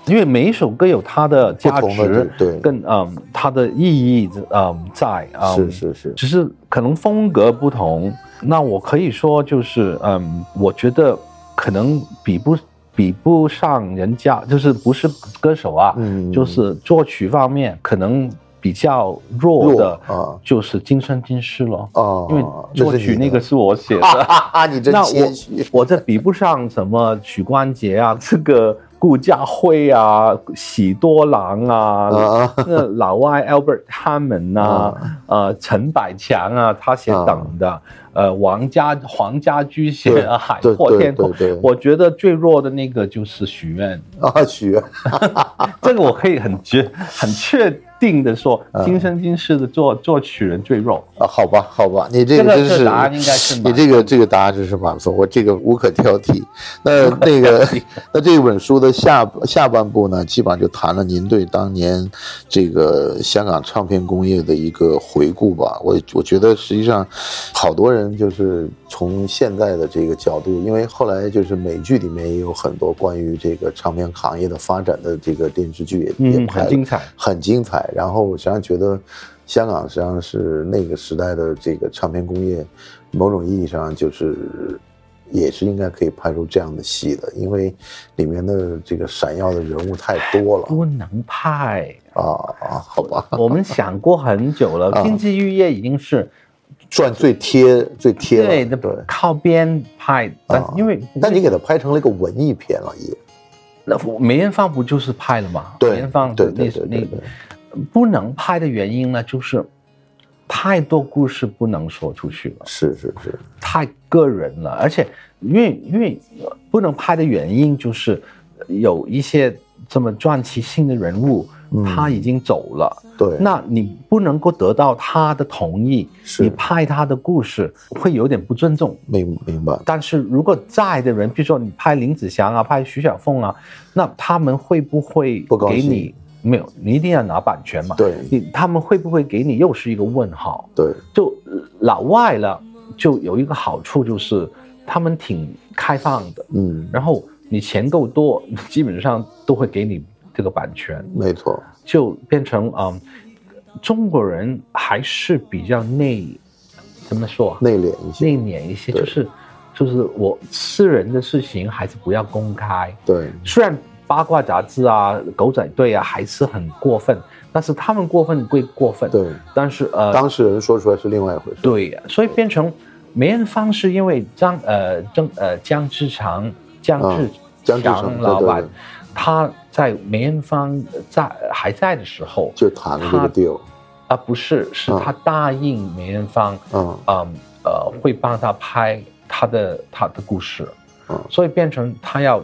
[SPEAKER 2] 因为每一首歌有它的
[SPEAKER 1] 不
[SPEAKER 2] 价
[SPEAKER 1] 同的
[SPEAKER 2] 值，
[SPEAKER 1] 对，
[SPEAKER 2] 跟嗯它的意义嗯在啊，
[SPEAKER 1] 是是是，
[SPEAKER 2] 只是可能风格不同。那我可以说就是嗯，我觉得可能比不比不上人家，就是不是歌手啊，
[SPEAKER 1] 嗯，
[SPEAKER 2] 就是作曲方面可能比较弱
[SPEAKER 1] 弱
[SPEAKER 2] 的，
[SPEAKER 1] 啊
[SPEAKER 2] 就是《今生今世》咯。
[SPEAKER 1] 啊，
[SPEAKER 2] 因为作曲那个
[SPEAKER 1] 是
[SPEAKER 2] 是我写
[SPEAKER 1] 你的， 哈
[SPEAKER 2] 的，
[SPEAKER 1] 哈哈，你真
[SPEAKER 2] 那
[SPEAKER 1] 谦虚，
[SPEAKER 2] 我这比不上什么许冠杰啊， 这个顾嘉辉啊，喜多郎啊，
[SPEAKER 1] 啊
[SPEAKER 2] 那老外 Albert Hammond 啊，呃，陈百强啊，他写等的，呃，王家黄家驹写啊，海
[SPEAKER 1] 对
[SPEAKER 2] 阔
[SPEAKER 1] 对
[SPEAKER 2] 天空
[SPEAKER 1] 对。对，
[SPEAKER 2] 我觉得最弱的那个就是许愿，
[SPEAKER 1] 啊许
[SPEAKER 2] 这个我可以很确很确定的说，
[SPEAKER 1] 嗯
[SPEAKER 2] 今生今世的作作曲人最弱。
[SPEAKER 1] 啊，好吧，好吧，你这
[SPEAKER 2] 这个
[SPEAKER 1] 真
[SPEAKER 2] 这
[SPEAKER 1] 是，
[SPEAKER 2] 答案应该是
[SPEAKER 1] 你
[SPEAKER 2] 满
[SPEAKER 1] 这个这个答案真是满分，我这个无可挑剔。 那那个，那这本书的下下半部呢，基本上就谈了您对当年这个香港唱片工业的一个回顾吧。我我觉得实际上，好多人就是从现在的这个角度，因为后来就是美剧里面也有很多关于这个唱片行业的发展的这个电视剧也、也
[SPEAKER 2] 嗯，
[SPEAKER 1] 拍
[SPEAKER 2] 很
[SPEAKER 1] 了。
[SPEAKER 2] 精彩。
[SPEAKER 1] 很精彩。然后我实际上觉得，香港实际上是那个时代的这个唱片工业，某种意义上就是也是应该可以拍出这样的戏的，因为里面的这个闪耀的人物太多了
[SPEAKER 2] 不能派，
[SPEAKER 1] 啊啊！好吧，
[SPEAKER 2] 我们想过很久
[SPEAKER 1] 啊
[SPEAKER 2] 了，经济育业已经是
[SPEAKER 1] 赚最贴最贴了
[SPEAKER 2] 对的
[SPEAKER 1] 对。
[SPEAKER 2] 靠边派，但
[SPEAKER 1] 啊
[SPEAKER 2] 因为
[SPEAKER 1] 但你给它拍成了一个文艺片了，也
[SPEAKER 2] 那梅艳芳不就是派了吗？梅
[SPEAKER 1] 对
[SPEAKER 2] 艳芳
[SPEAKER 1] 对
[SPEAKER 2] 那
[SPEAKER 1] 对对对
[SPEAKER 2] 那
[SPEAKER 1] 对，
[SPEAKER 2] 不能拍的原因呢，就是太多故事不能说出去了，
[SPEAKER 1] 是是是，
[SPEAKER 2] 太个人了，而且因为因为呃不能拍的原因就是有一些这么传奇性的人物
[SPEAKER 1] 嗯，
[SPEAKER 2] 他已经走了，
[SPEAKER 1] 对，
[SPEAKER 2] 那你不能够得到他的同意，
[SPEAKER 1] 是
[SPEAKER 2] 你拍他的故事会有点不尊重。
[SPEAKER 1] 明明白，
[SPEAKER 2] 但是如果在的人，比如说你拍林子祥啊，拍徐小凤啊，那他们会不会
[SPEAKER 1] 不高
[SPEAKER 2] 给
[SPEAKER 1] 兴
[SPEAKER 2] 你没有？你一定要拿版权嘛？
[SPEAKER 1] 对
[SPEAKER 2] 你他们会不会给你又是一个问号？
[SPEAKER 1] 对，
[SPEAKER 2] 就呃老外了，就有一个好处就是他们挺开放的，
[SPEAKER 1] 嗯，
[SPEAKER 2] 然后你钱够多，基本上都会给你这个版权，
[SPEAKER 1] 没错，
[SPEAKER 2] 就变成嗯，中国人还是比较内，怎么说啊？
[SPEAKER 1] 内敛一些，
[SPEAKER 2] 内敛一些，
[SPEAKER 1] 对
[SPEAKER 2] 就是就是我私人的事情还是不要公开。
[SPEAKER 1] 对，
[SPEAKER 2] 虽然八卦杂志啊、狗仔队啊还是很过分，但是他们过分归过分，
[SPEAKER 1] 对，
[SPEAKER 2] 但是呃，
[SPEAKER 1] 当事人说出来是另外一回事。
[SPEAKER 2] 对，所以变成梅艳芳是因为张呃张呃江之长江
[SPEAKER 1] 啊
[SPEAKER 2] 志
[SPEAKER 1] 江志成
[SPEAKER 2] 强老
[SPEAKER 1] 对对
[SPEAKER 2] 板
[SPEAKER 1] 对，
[SPEAKER 2] 他在梅艳芳在还在的时候，
[SPEAKER 1] 就谈了这个
[SPEAKER 2] 他
[SPEAKER 1] deal，
[SPEAKER 2] 啊不是是
[SPEAKER 1] 啊
[SPEAKER 2] 他答应梅艳芳。
[SPEAKER 1] 嗯
[SPEAKER 2] 嗯呃会帮他拍他的他的故事，
[SPEAKER 1] 嗯
[SPEAKER 2] 所以变成他要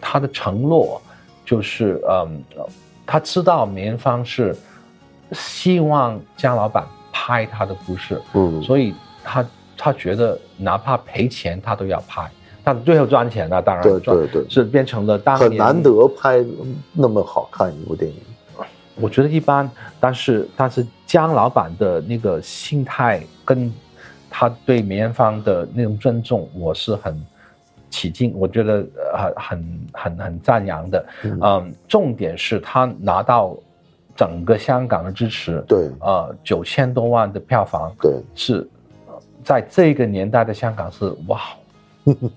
[SPEAKER 2] 他的承诺就是嗯，呃他知道梅艳芳是希望姜老板拍他的故事，
[SPEAKER 1] 嗯，
[SPEAKER 2] 所以他他觉得哪怕赔钱他都要拍，但最后赚钱了，当然
[SPEAKER 1] 对
[SPEAKER 2] 赚
[SPEAKER 1] 对对，
[SPEAKER 2] 是变成了当年
[SPEAKER 1] 很难得拍那么好看一部电影，
[SPEAKER 2] 我觉得一般，但是但是姜老板的那个心态跟他对梅艳芳的那种尊重，我是很起劲，我觉得呃很很很很赞扬的。
[SPEAKER 1] 嗯
[SPEAKER 2] 嗯，重点是他拿到整个香港的支持，
[SPEAKER 1] 对
[SPEAKER 2] 呃，九千多万的票房
[SPEAKER 1] 对，
[SPEAKER 2] 是呃在这个年代的香港是 哇，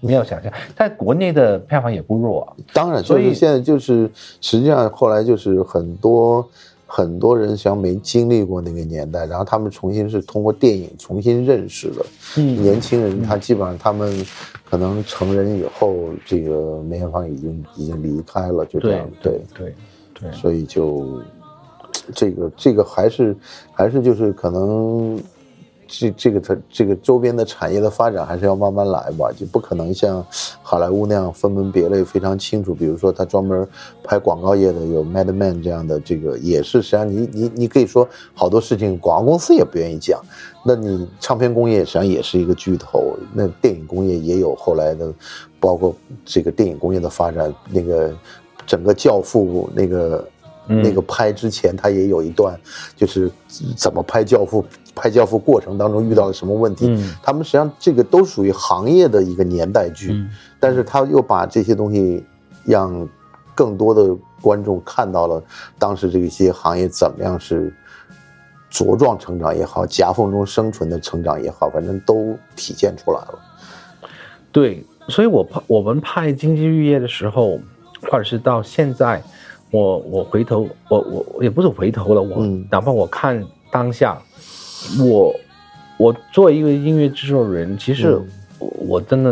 [SPEAKER 2] 没有想象，在国内的票房也不弱啊。
[SPEAKER 1] 当然，就
[SPEAKER 2] 所以
[SPEAKER 1] 是现在就是实际上后来就是很多。很多人实际上没经历过那个年代，然后他们重新是通过电影重新认识的。
[SPEAKER 2] 嗯
[SPEAKER 1] 年轻人他基本上他们可能成人以后，这个梅艳芳已经已经离开了，就这
[SPEAKER 2] 对
[SPEAKER 1] 样。
[SPEAKER 2] 对对，对，
[SPEAKER 1] 所以就这个这个还是还是就是可能这这个它这个周边的产业的发展还是要慢慢来吧，就不可能像好莱坞那样分门别类非常清楚。比如说，他专门拍广告业的有 Mad Men 这样的，这个也是实际上你你你可以说好多事情广告公司也不愿意讲，那你唱片工业实际上也是一个巨头，那电影工业也有后来的，包括这个电影工业的发展，那个整个《教父》那个、
[SPEAKER 2] 嗯
[SPEAKER 1] 那个拍之前，他也有一段就是怎么拍《教父》，拍《教父》过程当中遇到了什么问题，
[SPEAKER 2] 嗯
[SPEAKER 1] 他们实际上这个都属于行业的一个年代剧，
[SPEAKER 2] 嗯
[SPEAKER 1] 但是他又把这些东西让更多的观众看到了当时这一些行业怎么样是茁壮成长也好，夹缝中生存的成长也好，反正都体现出来了。
[SPEAKER 2] 对，所以我拍我们拍《经济玉叶》的时候，或者是到现在，我我回头，我我我也不是回头了，我、
[SPEAKER 1] 嗯
[SPEAKER 2] 哪怕我看当下，我我作为一个音乐制作人，其实
[SPEAKER 1] 嗯
[SPEAKER 2] 我,、我真的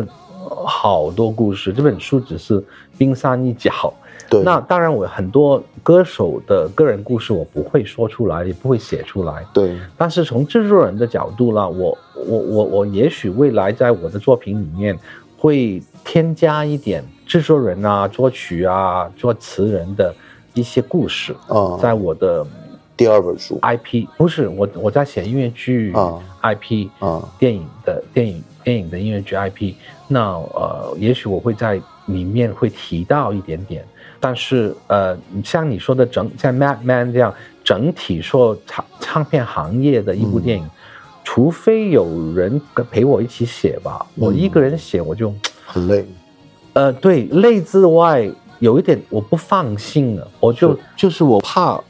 [SPEAKER 2] 呃好多故事，这本书只是冰山一角。
[SPEAKER 1] 对，
[SPEAKER 2] 那当然，我很多歌手的个人故事我不会说出来，也不会写出来。
[SPEAKER 1] 对，
[SPEAKER 2] 但是从制作人的角度呢，我我我我也许未来在我的作品里面会添加一点制作人啊、作曲啊、作词人的一些故事，
[SPEAKER 1] 啊、
[SPEAKER 2] 在我的
[SPEAKER 1] 第二本书
[SPEAKER 2] IP 不是我我在写音乐剧
[SPEAKER 1] 啊
[SPEAKER 2] IP
[SPEAKER 1] 啊，
[SPEAKER 2] 电影的电影电影的音乐剧 IP，那呃，也许我会在里面会提到一点点，但是呃，像你说的整像 Madman 这样整体说唱唱片行业的一部
[SPEAKER 1] 嗯
[SPEAKER 2] 电影，除非有人跟陪我一起写吧，我
[SPEAKER 1] 嗯
[SPEAKER 2] 一个人写我就
[SPEAKER 1] 很累，
[SPEAKER 2] 呃对累之外有一点我不放心了，我就是就是我怕。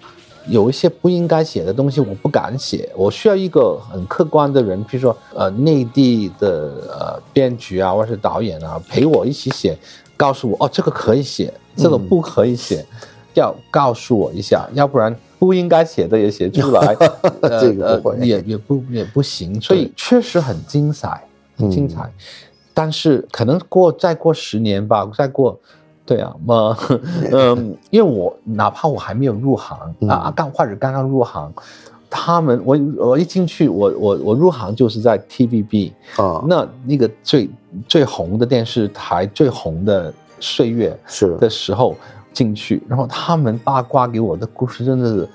[SPEAKER 2] 有一些不应该写的东西，我不敢写。我需要一个很客观的人，比如说呃，内地的呃编剧啊，或者是导演啊，陪我一起写，告诉我哦，这个可以写，这个不可以写，要告诉我一下，要不然不应该写的也写出 来，呃
[SPEAKER 1] 这个不会
[SPEAKER 2] 呃、也也不也不行。所以确实很精彩，
[SPEAKER 1] 嗯
[SPEAKER 2] 很精彩。但是可能过再过十年吧，再过，对啊，嘛，嗯，因为我哪怕我还没有入行
[SPEAKER 1] 嗯
[SPEAKER 2] 啊，刚或者刚刚入行，他们我我一进去，我我我入行就是在 TVB，
[SPEAKER 1] 啊，
[SPEAKER 2] 那那个最最红的电视台最红的岁月
[SPEAKER 1] 是
[SPEAKER 2] 的时候进去，然后他们八卦给我的故事真的是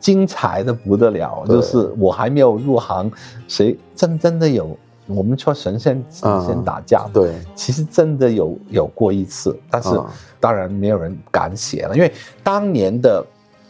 [SPEAKER 2] 精彩的不得了，
[SPEAKER 1] 对
[SPEAKER 2] 就是我还没有入行，谁真真的有我们说神仙神仙
[SPEAKER 1] 嗯
[SPEAKER 2] 打架，
[SPEAKER 1] 对，
[SPEAKER 2] 其实真的有有过一次，但是
[SPEAKER 1] 嗯
[SPEAKER 2] 当然没有人敢写了，因为当年的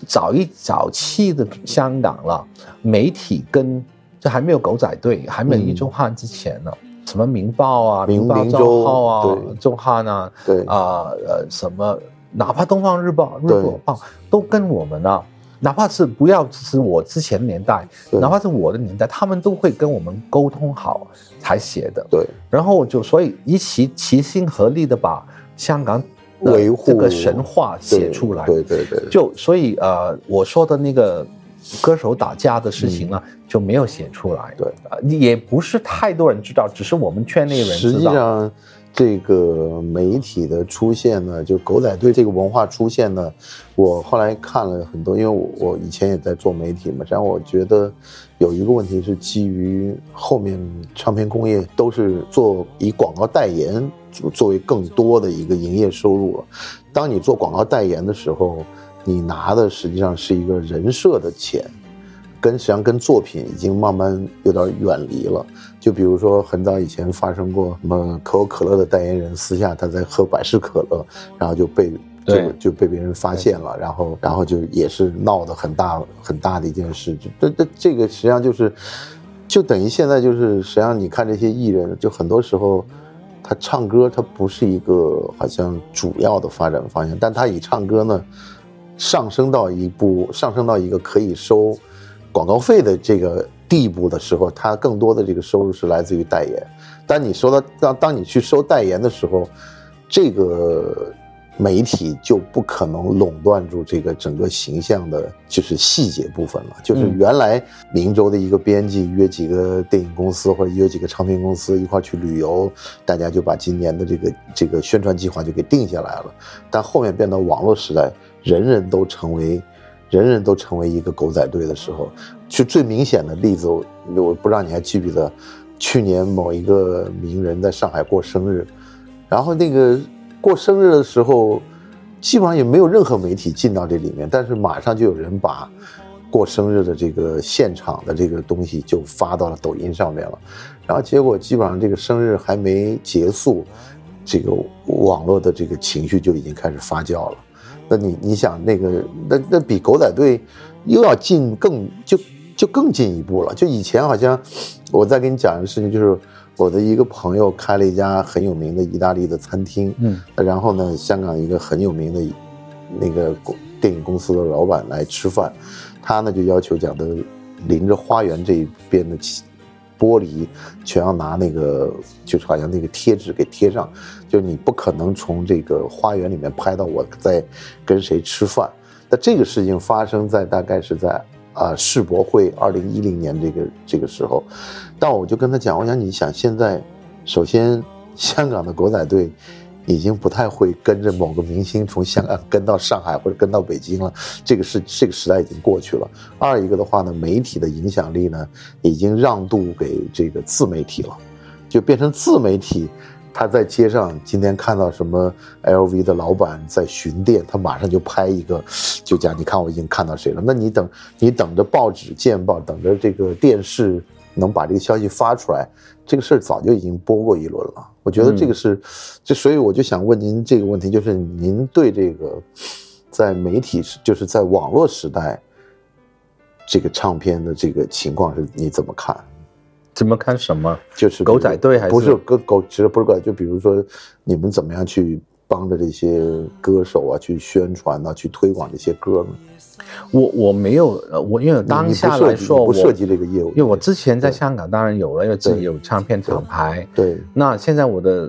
[SPEAKER 2] 早一早期的香港了，媒体跟这还没有狗仔队，还没有
[SPEAKER 1] 嗯
[SPEAKER 2] 一周汉之前呢，什么《明报》啊，《
[SPEAKER 1] 明
[SPEAKER 2] 报》
[SPEAKER 1] 明
[SPEAKER 2] 周
[SPEAKER 1] 周
[SPEAKER 2] 号啊，
[SPEAKER 1] 对
[SPEAKER 2] 周汉啊，
[SPEAKER 1] 对，
[SPEAKER 2] 啊呃什么，哪怕《东方日报》《日
[SPEAKER 1] 对
[SPEAKER 2] 果报》啊都跟我们啊，哪怕是不要是我之前的年代，
[SPEAKER 1] 对
[SPEAKER 2] 哪怕是我的年代，他们都会跟我们沟通好才写的。
[SPEAKER 1] 对，
[SPEAKER 2] 然后就所以一齐齐心合力的把香港的
[SPEAKER 1] 维护
[SPEAKER 2] 这个神话写出来。
[SPEAKER 1] 对对对，
[SPEAKER 2] 就所以呃，我说的那个歌手打架的事情呢，就没有写出来。
[SPEAKER 1] 嗯对
[SPEAKER 2] 呃，也不是太多人知道，只是我们圈内人
[SPEAKER 1] 实
[SPEAKER 2] 知
[SPEAKER 1] 际
[SPEAKER 2] 道。
[SPEAKER 1] 上，这个媒体的出现呢，就狗仔队这个文化出现呢，我后来看了很多，因为我我以前也在做媒体嘛，然后我觉得有一个问题是基于后面唱片工业都是做以广告代言作作为更多的一个营业收入了。当你做广告代言的时候，你拿的实际上是一个人设的钱。跟实际上跟作品已经慢慢有点远离了，就比如说很早以前发生过什么可口可乐的代言人私下他在喝百事可乐，然后就被
[SPEAKER 2] 对
[SPEAKER 1] 就就被别人发现了，然后然后就也是闹得很大很大的一件事。这这这个实际上就是，就等于现在就是实际上你看这些艺人，就很多时候。他唱歌，他不是一个好像主要的发展方向，但他以唱歌呢，上升到一步，上升到一个可以收广告费的这个地步的时候，它更多的这个收入是来自于代言。当你收到当当你去收代言的时候，这个媒体就不可能垄断住这个整个形象的，就是细节部分了。就是
[SPEAKER 2] 嗯
[SPEAKER 1] 原来明州的一个编辑约几个电影公司或者约几个唱片公司一块儿去旅游，大家就把今年的这个这个宣传计划就给定下来了。但后面变到网络时代，人人都成为，人人都成为一个狗仔队的时候，就最明显的例子，我我不知道你还记不记得，去年某一个名人在上海过生日，然后那个过生日的时候，基本上也没有任何媒体进到这里面，但是马上就有人把。过生日的这个现场的这个东西就发到了抖音上面了，然后结果基本上这个生日还没结束，这个网络的这个情绪就已经开始发酵了。那你你想那个那那比狗仔队又要进更就就更进一步了。就以前好像我在跟你讲的事情，就是我的一个朋友开了一家很有名的意大利的餐厅，
[SPEAKER 2] 嗯，
[SPEAKER 1] 然后呢，香港一个很有名的那个公电影公司的老板来吃饭，他呢就要求讲的临着花园这一边的起玻璃全要拿那个就是好像那个贴纸给贴上，就是你不可能从这个花园里面拍到我在跟谁吃饭。那这个事情发生在大概是在啊、世博会二零一零年这个这个时候，但我就跟他讲，我想你想现在，首先香港的狗仔队已经不太会跟着某个明星从香港跟到上海或者跟到北京了，这个是这个时代已经过去了。二一个的话呢，媒体的影响力呢已经让渡给这个自媒体了，就变成自媒体。他在街上今天看到什么 LV 的老板在巡店，他马上就拍一个，就讲你看我已经看到谁了。那你等你等着报纸见报，等着这个电视能把这个消息发出来，这个事儿早就已经播过一轮了。我觉得这个是，就所以我就想问您这个问题，就是您对这个在媒体时就是在网络时代这个唱片的这个情况是你怎么看？
[SPEAKER 2] 怎么看什么？
[SPEAKER 1] 就是
[SPEAKER 2] 狗仔队还是
[SPEAKER 1] 不是狗狗，其实不是狗仔，就比如说你们怎么样去帮着这些歌手啊去宣传呐、去推广这些歌呢？
[SPEAKER 2] 我我没有，呃我因为当下
[SPEAKER 1] 你不涉
[SPEAKER 2] 来
[SPEAKER 1] 及
[SPEAKER 2] 说，
[SPEAKER 1] 你
[SPEAKER 2] 我
[SPEAKER 1] 不涉及这个业务，
[SPEAKER 2] 因为我之前在
[SPEAKER 1] 对
[SPEAKER 2] 香港当然有了，因为自己有唱片厂牌。
[SPEAKER 1] 对
[SPEAKER 2] 那现在我的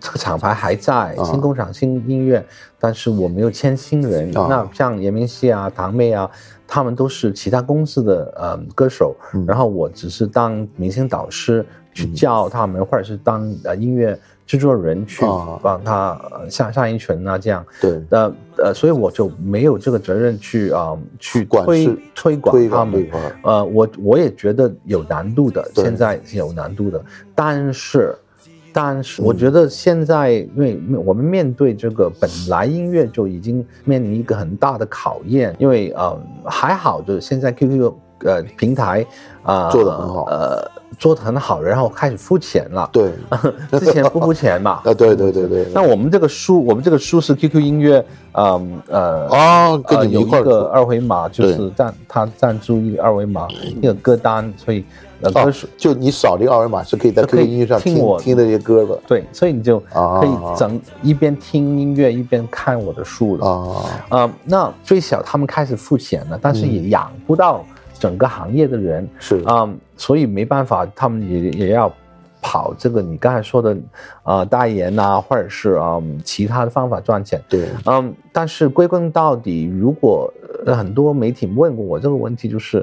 [SPEAKER 2] 这个厂牌还在，
[SPEAKER 1] 啊
[SPEAKER 2] 新工厂、新音乐，但是我没有签新人。
[SPEAKER 1] 啊
[SPEAKER 2] 那像严明熙啊、堂妹啊，他们都是其他公司的呃歌手，
[SPEAKER 1] 嗯
[SPEAKER 2] 然后我只是当明星导师去教他们，或者是当呃音乐制作人去
[SPEAKER 1] 啊
[SPEAKER 2] 帮他呃上上一群啊这样。
[SPEAKER 1] 对
[SPEAKER 2] 呃呃，所以我就没有这个责任去啊、呃去
[SPEAKER 1] 管
[SPEAKER 2] 推
[SPEAKER 1] 事
[SPEAKER 2] 推
[SPEAKER 1] 推
[SPEAKER 2] 广他
[SPEAKER 1] 广这
[SPEAKER 2] 们
[SPEAKER 1] 一。块儿，
[SPEAKER 2] 呃，我我也觉得有难度的，
[SPEAKER 1] 对
[SPEAKER 2] 现在是有难度的，但是。但
[SPEAKER 1] 嗯
[SPEAKER 2] 是我觉得现在，因为我们面对这个本来音乐就已经面临一个很大的考验，因为呃还好，就是现在 QQ 呃平台啊、呃、
[SPEAKER 1] 做得很好
[SPEAKER 2] 呃做得很好，然后开始付 钱了，
[SPEAKER 1] 对
[SPEAKER 2] 之前不付 钱嘛，
[SPEAKER 1] 啊对对对对，
[SPEAKER 2] 那我们这个书，我们这个书是 QQ 音乐，嗯呃，
[SPEAKER 1] 哦跟
[SPEAKER 2] 呃
[SPEAKER 1] 你们
[SPEAKER 2] 有
[SPEAKER 1] 一
[SPEAKER 2] 一
[SPEAKER 1] 块儿
[SPEAKER 2] 个
[SPEAKER 1] 做，
[SPEAKER 2] 二维码，就
[SPEAKER 1] 对
[SPEAKER 2] 是赞他赞助一个二维码，一个歌单，所以呃
[SPEAKER 1] 啊
[SPEAKER 2] 歌手
[SPEAKER 1] 就你扫这个二维码是可以在
[SPEAKER 2] 就可以
[SPEAKER 1] QQ 音乐上
[SPEAKER 2] 听
[SPEAKER 1] 听
[SPEAKER 2] 我
[SPEAKER 1] 听的这些歌的
[SPEAKER 2] 对，所以你就
[SPEAKER 1] 啊
[SPEAKER 2] 可以整一边听音乐一边看我的书了。
[SPEAKER 1] 啊，
[SPEAKER 2] 呃，那最小他们开始付钱了，但是也养不到整个行业的人，
[SPEAKER 1] 是
[SPEAKER 2] 嗯，所以没办法，他们也也要跑这个你刚才说的啊代言呐，或者是啊、嗯其他的方法赚钱。
[SPEAKER 1] 对
[SPEAKER 2] 嗯，但是归根到底，如果呃很多媒体问过我这个问题，就是，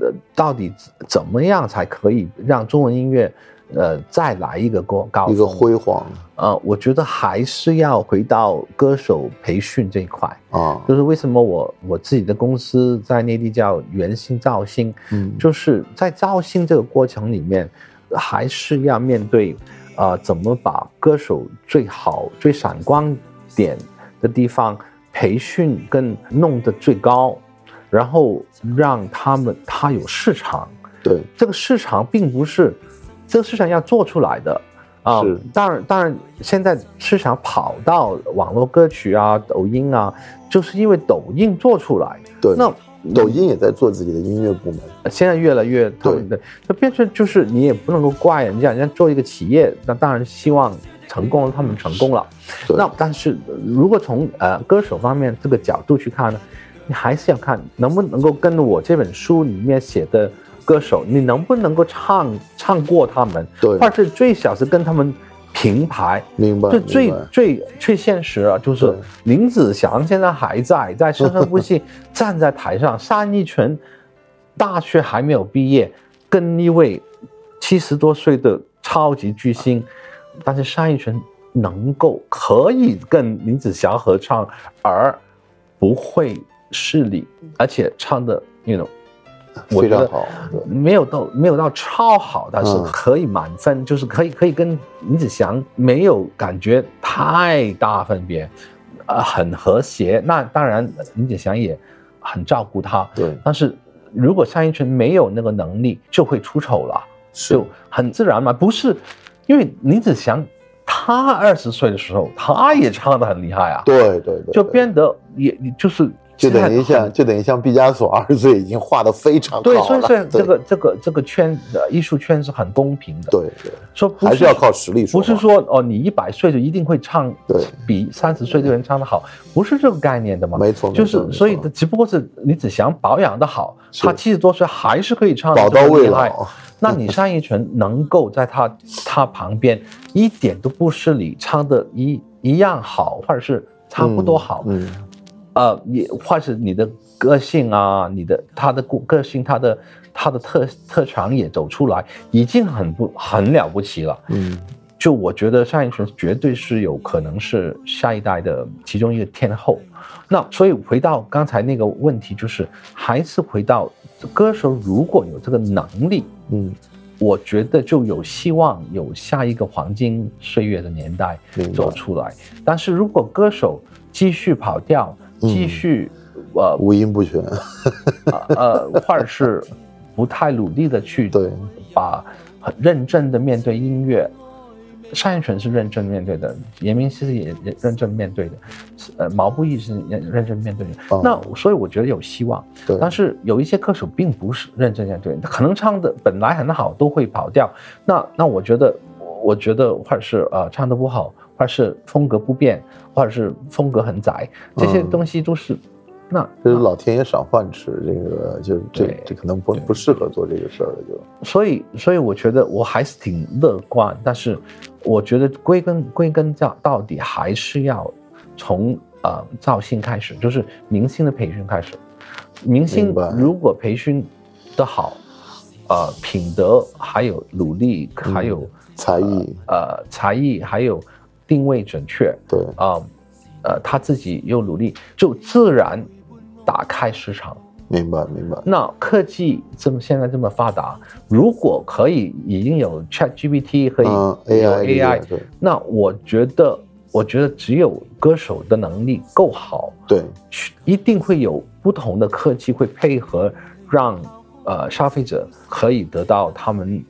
[SPEAKER 2] 呃，到底怎么样才可以让中文音乐，呃，再来一个高高
[SPEAKER 1] 一个
[SPEAKER 2] 峰
[SPEAKER 1] 辉煌
[SPEAKER 2] 呃，我觉得还是要回到歌手培训这一块，
[SPEAKER 1] 啊，
[SPEAKER 2] 就是为什么我我自己的公司在内地叫原星造星，
[SPEAKER 1] 嗯
[SPEAKER 2] 就是在造星这个过程里面，还是要面对，啊、怎么把歌手最好、最闪光点的地方培训跟弄得最高，然后让他们他有市场。
[SPEAKER 1] 对
[SPEAKER 2] 这个市场并不是这个市场要做出来的啊
[SPEAKER 1] 是。
[SPEAKER 2] 当然，当然，现在市场跑到网络歌曲啊、抖音啊，就是因为抖音做出来。
[SPEAKER 1] 对，
[SPEAKER 2] 那
[SPEAKER 1] 抖音也在做自己的音乐部门，
[SPEAKER 2] 现在越来越他们的，就变成就是你也不能够怪人家，人家做一个企业，那当然希望成功了，他们成功了。
[SPEAKER 1] 对
[SPEAKER 2] 那但是呃如果从呃歌手方面这个角度去看呢，你还是要看能不能够跟我这本书里面写的歌手，你能不能够唱唱过他们，
[SPEAKER 1] 对
[SPEAKER 2] 或者是最少是跟他们平排。
[SPEAKER 1] 明白
[SPEAKER 2] 这
[SPEAKER 1] 明
[SPEAKER 2] 最
[SPEAKER 1] 白
[SPEAKER 2] 最最现实啊，就是
[SPEAKER 1] 对
[SPEAKER 2] 林子祥现在还在在生生 不息站在台上，单依纯大学还没有毕业，跟一位七十多岁的超级巨星，但是单依纯能够可以跟林子祥合唱，而不会失礼，而且唱的那种。我
[SPEAKER 1] 非
[SPEAKER 2] 觉
[SPEAKER 1] 常
[SPEAKER 2] 得
[SPEAKER 1] 好，对，
[SPEAKER 2] 没有到没有到超好，但是
[SPEAKER 1] 嗯
[SPEAKER 2] 可以满分，就是可以可以跟林子祥没有感觉太大分别，呃，很和谐。那当然，林子祥也很照顾他，
[SPEAKER 1] 对
[SPEAKER 2] 但是如果单依纯没有那个能力，就会出丑了，
[SPEAKER 1] 是
[SPEAKER 2] 就很自然嘛。不是，因为林子祥他二十岁的时候，他也唱得很厉害啊，
[SPEAKER 1] 对对对，
[SPEAKER 2] 就
[SPEAKER 1] 对
[SPEAKER 2] 变得也也就是
[SPEAKER 1] 就等于
[SPEAKER 2] 现在
[SPEAKER 1] 像
[SPEAKER 2] 很
[SPEAKER 1] 就等于像毕加索二十岁已经画的非常好
[SPEAKER 2] 对，所以
[SPEAKER 1] 了
[SPEAKER 2] 说
[SPEAKER 1] 对
[SPEAKER 2] 这个这个这个圈呃艺术圈是很公平的，，
[SPEAKER 1] 对对，
[SPEAKER 2] 说不
[SPEAKER 1] 还是要靠实力说
[SPEAKER 2] 不
[SPEAKER 1] 话，
[SPEAKER 2] 是说哦你一百岁就一定会唱
[SPEAKER 1] 对
[SPEAKER 2] 比三十岁的人唱的好，不是这个概念的嘛，
[SPEAKER 1] 没错，
[SPEAKER 2] 就
[SPEAKER 1] 没错
[SPEAKER 2] 是
[SPEAKER 1] 没
[SPEAKER 2] 所以
[SPEAKER 1] 错
[SPEAKER 2] 只不过是李子祥保养的好，
[SPEAKER 1] 是
[SPEAKER 2] 他七十多岁还是可以唱得
[SPEAKER 1] 宝
[SPEAKER 2] 这么
[SPEAKER 1] 刀未
[SPEAKER 2] 厉害
[SPEAKER 1] 老，
[SPEAKER 2] 那 你单依纯能够在他他旁边一点都不失礼，唱的一一样好，或者是差不多好，
[SPEAKER 1] 嗯，
[SPEAKER 2] 呃，也或是你的个性啊，你的他的个个性，他的他的特特长也走出来，已经很不很了不起了。
[SPEAKER 1] 嗯嗯
[SPEAKER 2] 就我觉得单依纯绝对是有可能是下一代的其中一个天后。那所以回到刚才那个问题，就是还是回到歌手如果有这个能力，
[SPEAKER 1] 嗯，
[SPEAKER 2] 我觉得就有希望有下一个黄金岁月的年代
[SPEAKER 1] 明白
[SPEAKER 2] 走，出来。但是如果歌手继续跑调，
[SPEAKER 1] 嗯
[SPEAKER 2] 继续、呃
[SPEAKER 1] 五音不全，
[SPEAKER 2] 呃，或者是不太努力的去
[SPEAKER 1] 对
[SPEAKER 2] 把很认真的面对音乐，单依纯是认真面对的，严明熙也也认真面对的，呃，毛不易是也认真面对的。
[SPEAKER 1] 哦
[SPEAKER 2] 那所以我觉得有希望，
[SPEAKER 1] 对，
[SPEAKER 2] 但是有一些歌手并不是认真面对，他可能唱的本来很好都会跑调。那那我觉得，我觉得或者是呃唱的不好，或者是风格不变，或者是风格很窄，这些
[SPEAKER 1] 嗯
[SPEAKER 2] 东西都是。那
[SPEAKER 1] 这是老天爷赏饭吃，这个就这
[SPEAKER 2] 对
[SPEAKER 1] 这可能不不适合做这个事儿了，就
[SPEAKER 2] 所以，所以我觉得我还是挺乐观，但是我觉得归根归根到到底还是要从呃造星开始，就是明星的培训开始。明星
[SPEAKER 1] 明白
[SPEAKER 2] 如果培训的好，呃，品德还有努力，还有、
[SPEAKER 1] 才艺，
[SPEAKER 2] 呃才艺，还有定位准确，
[SPEAKER 1] 对，
[SPEAKER 2] 啊、呃，他自己又努力，就自然打开市场。
[SPEAKER 1] 明白明白，
[SPEAKER 2] 那科技这么现在这么发达，如果可以已经有 Chat GPT 可以
[SPEAKER 1] 嗯
[SPEAKER 2] 有
[SPEAKER 1] ，AI 理解
[SPEAKER 2] AI，、
[SPEAKER 1] 对
[SPEAKER 2] 那我觉得，我觉得只有歌手的能力够好，
[SPEAKER 1] 对，
[SPEAKER 2] 去一定会有不同的科技会配合，让呃消费者可以得到他们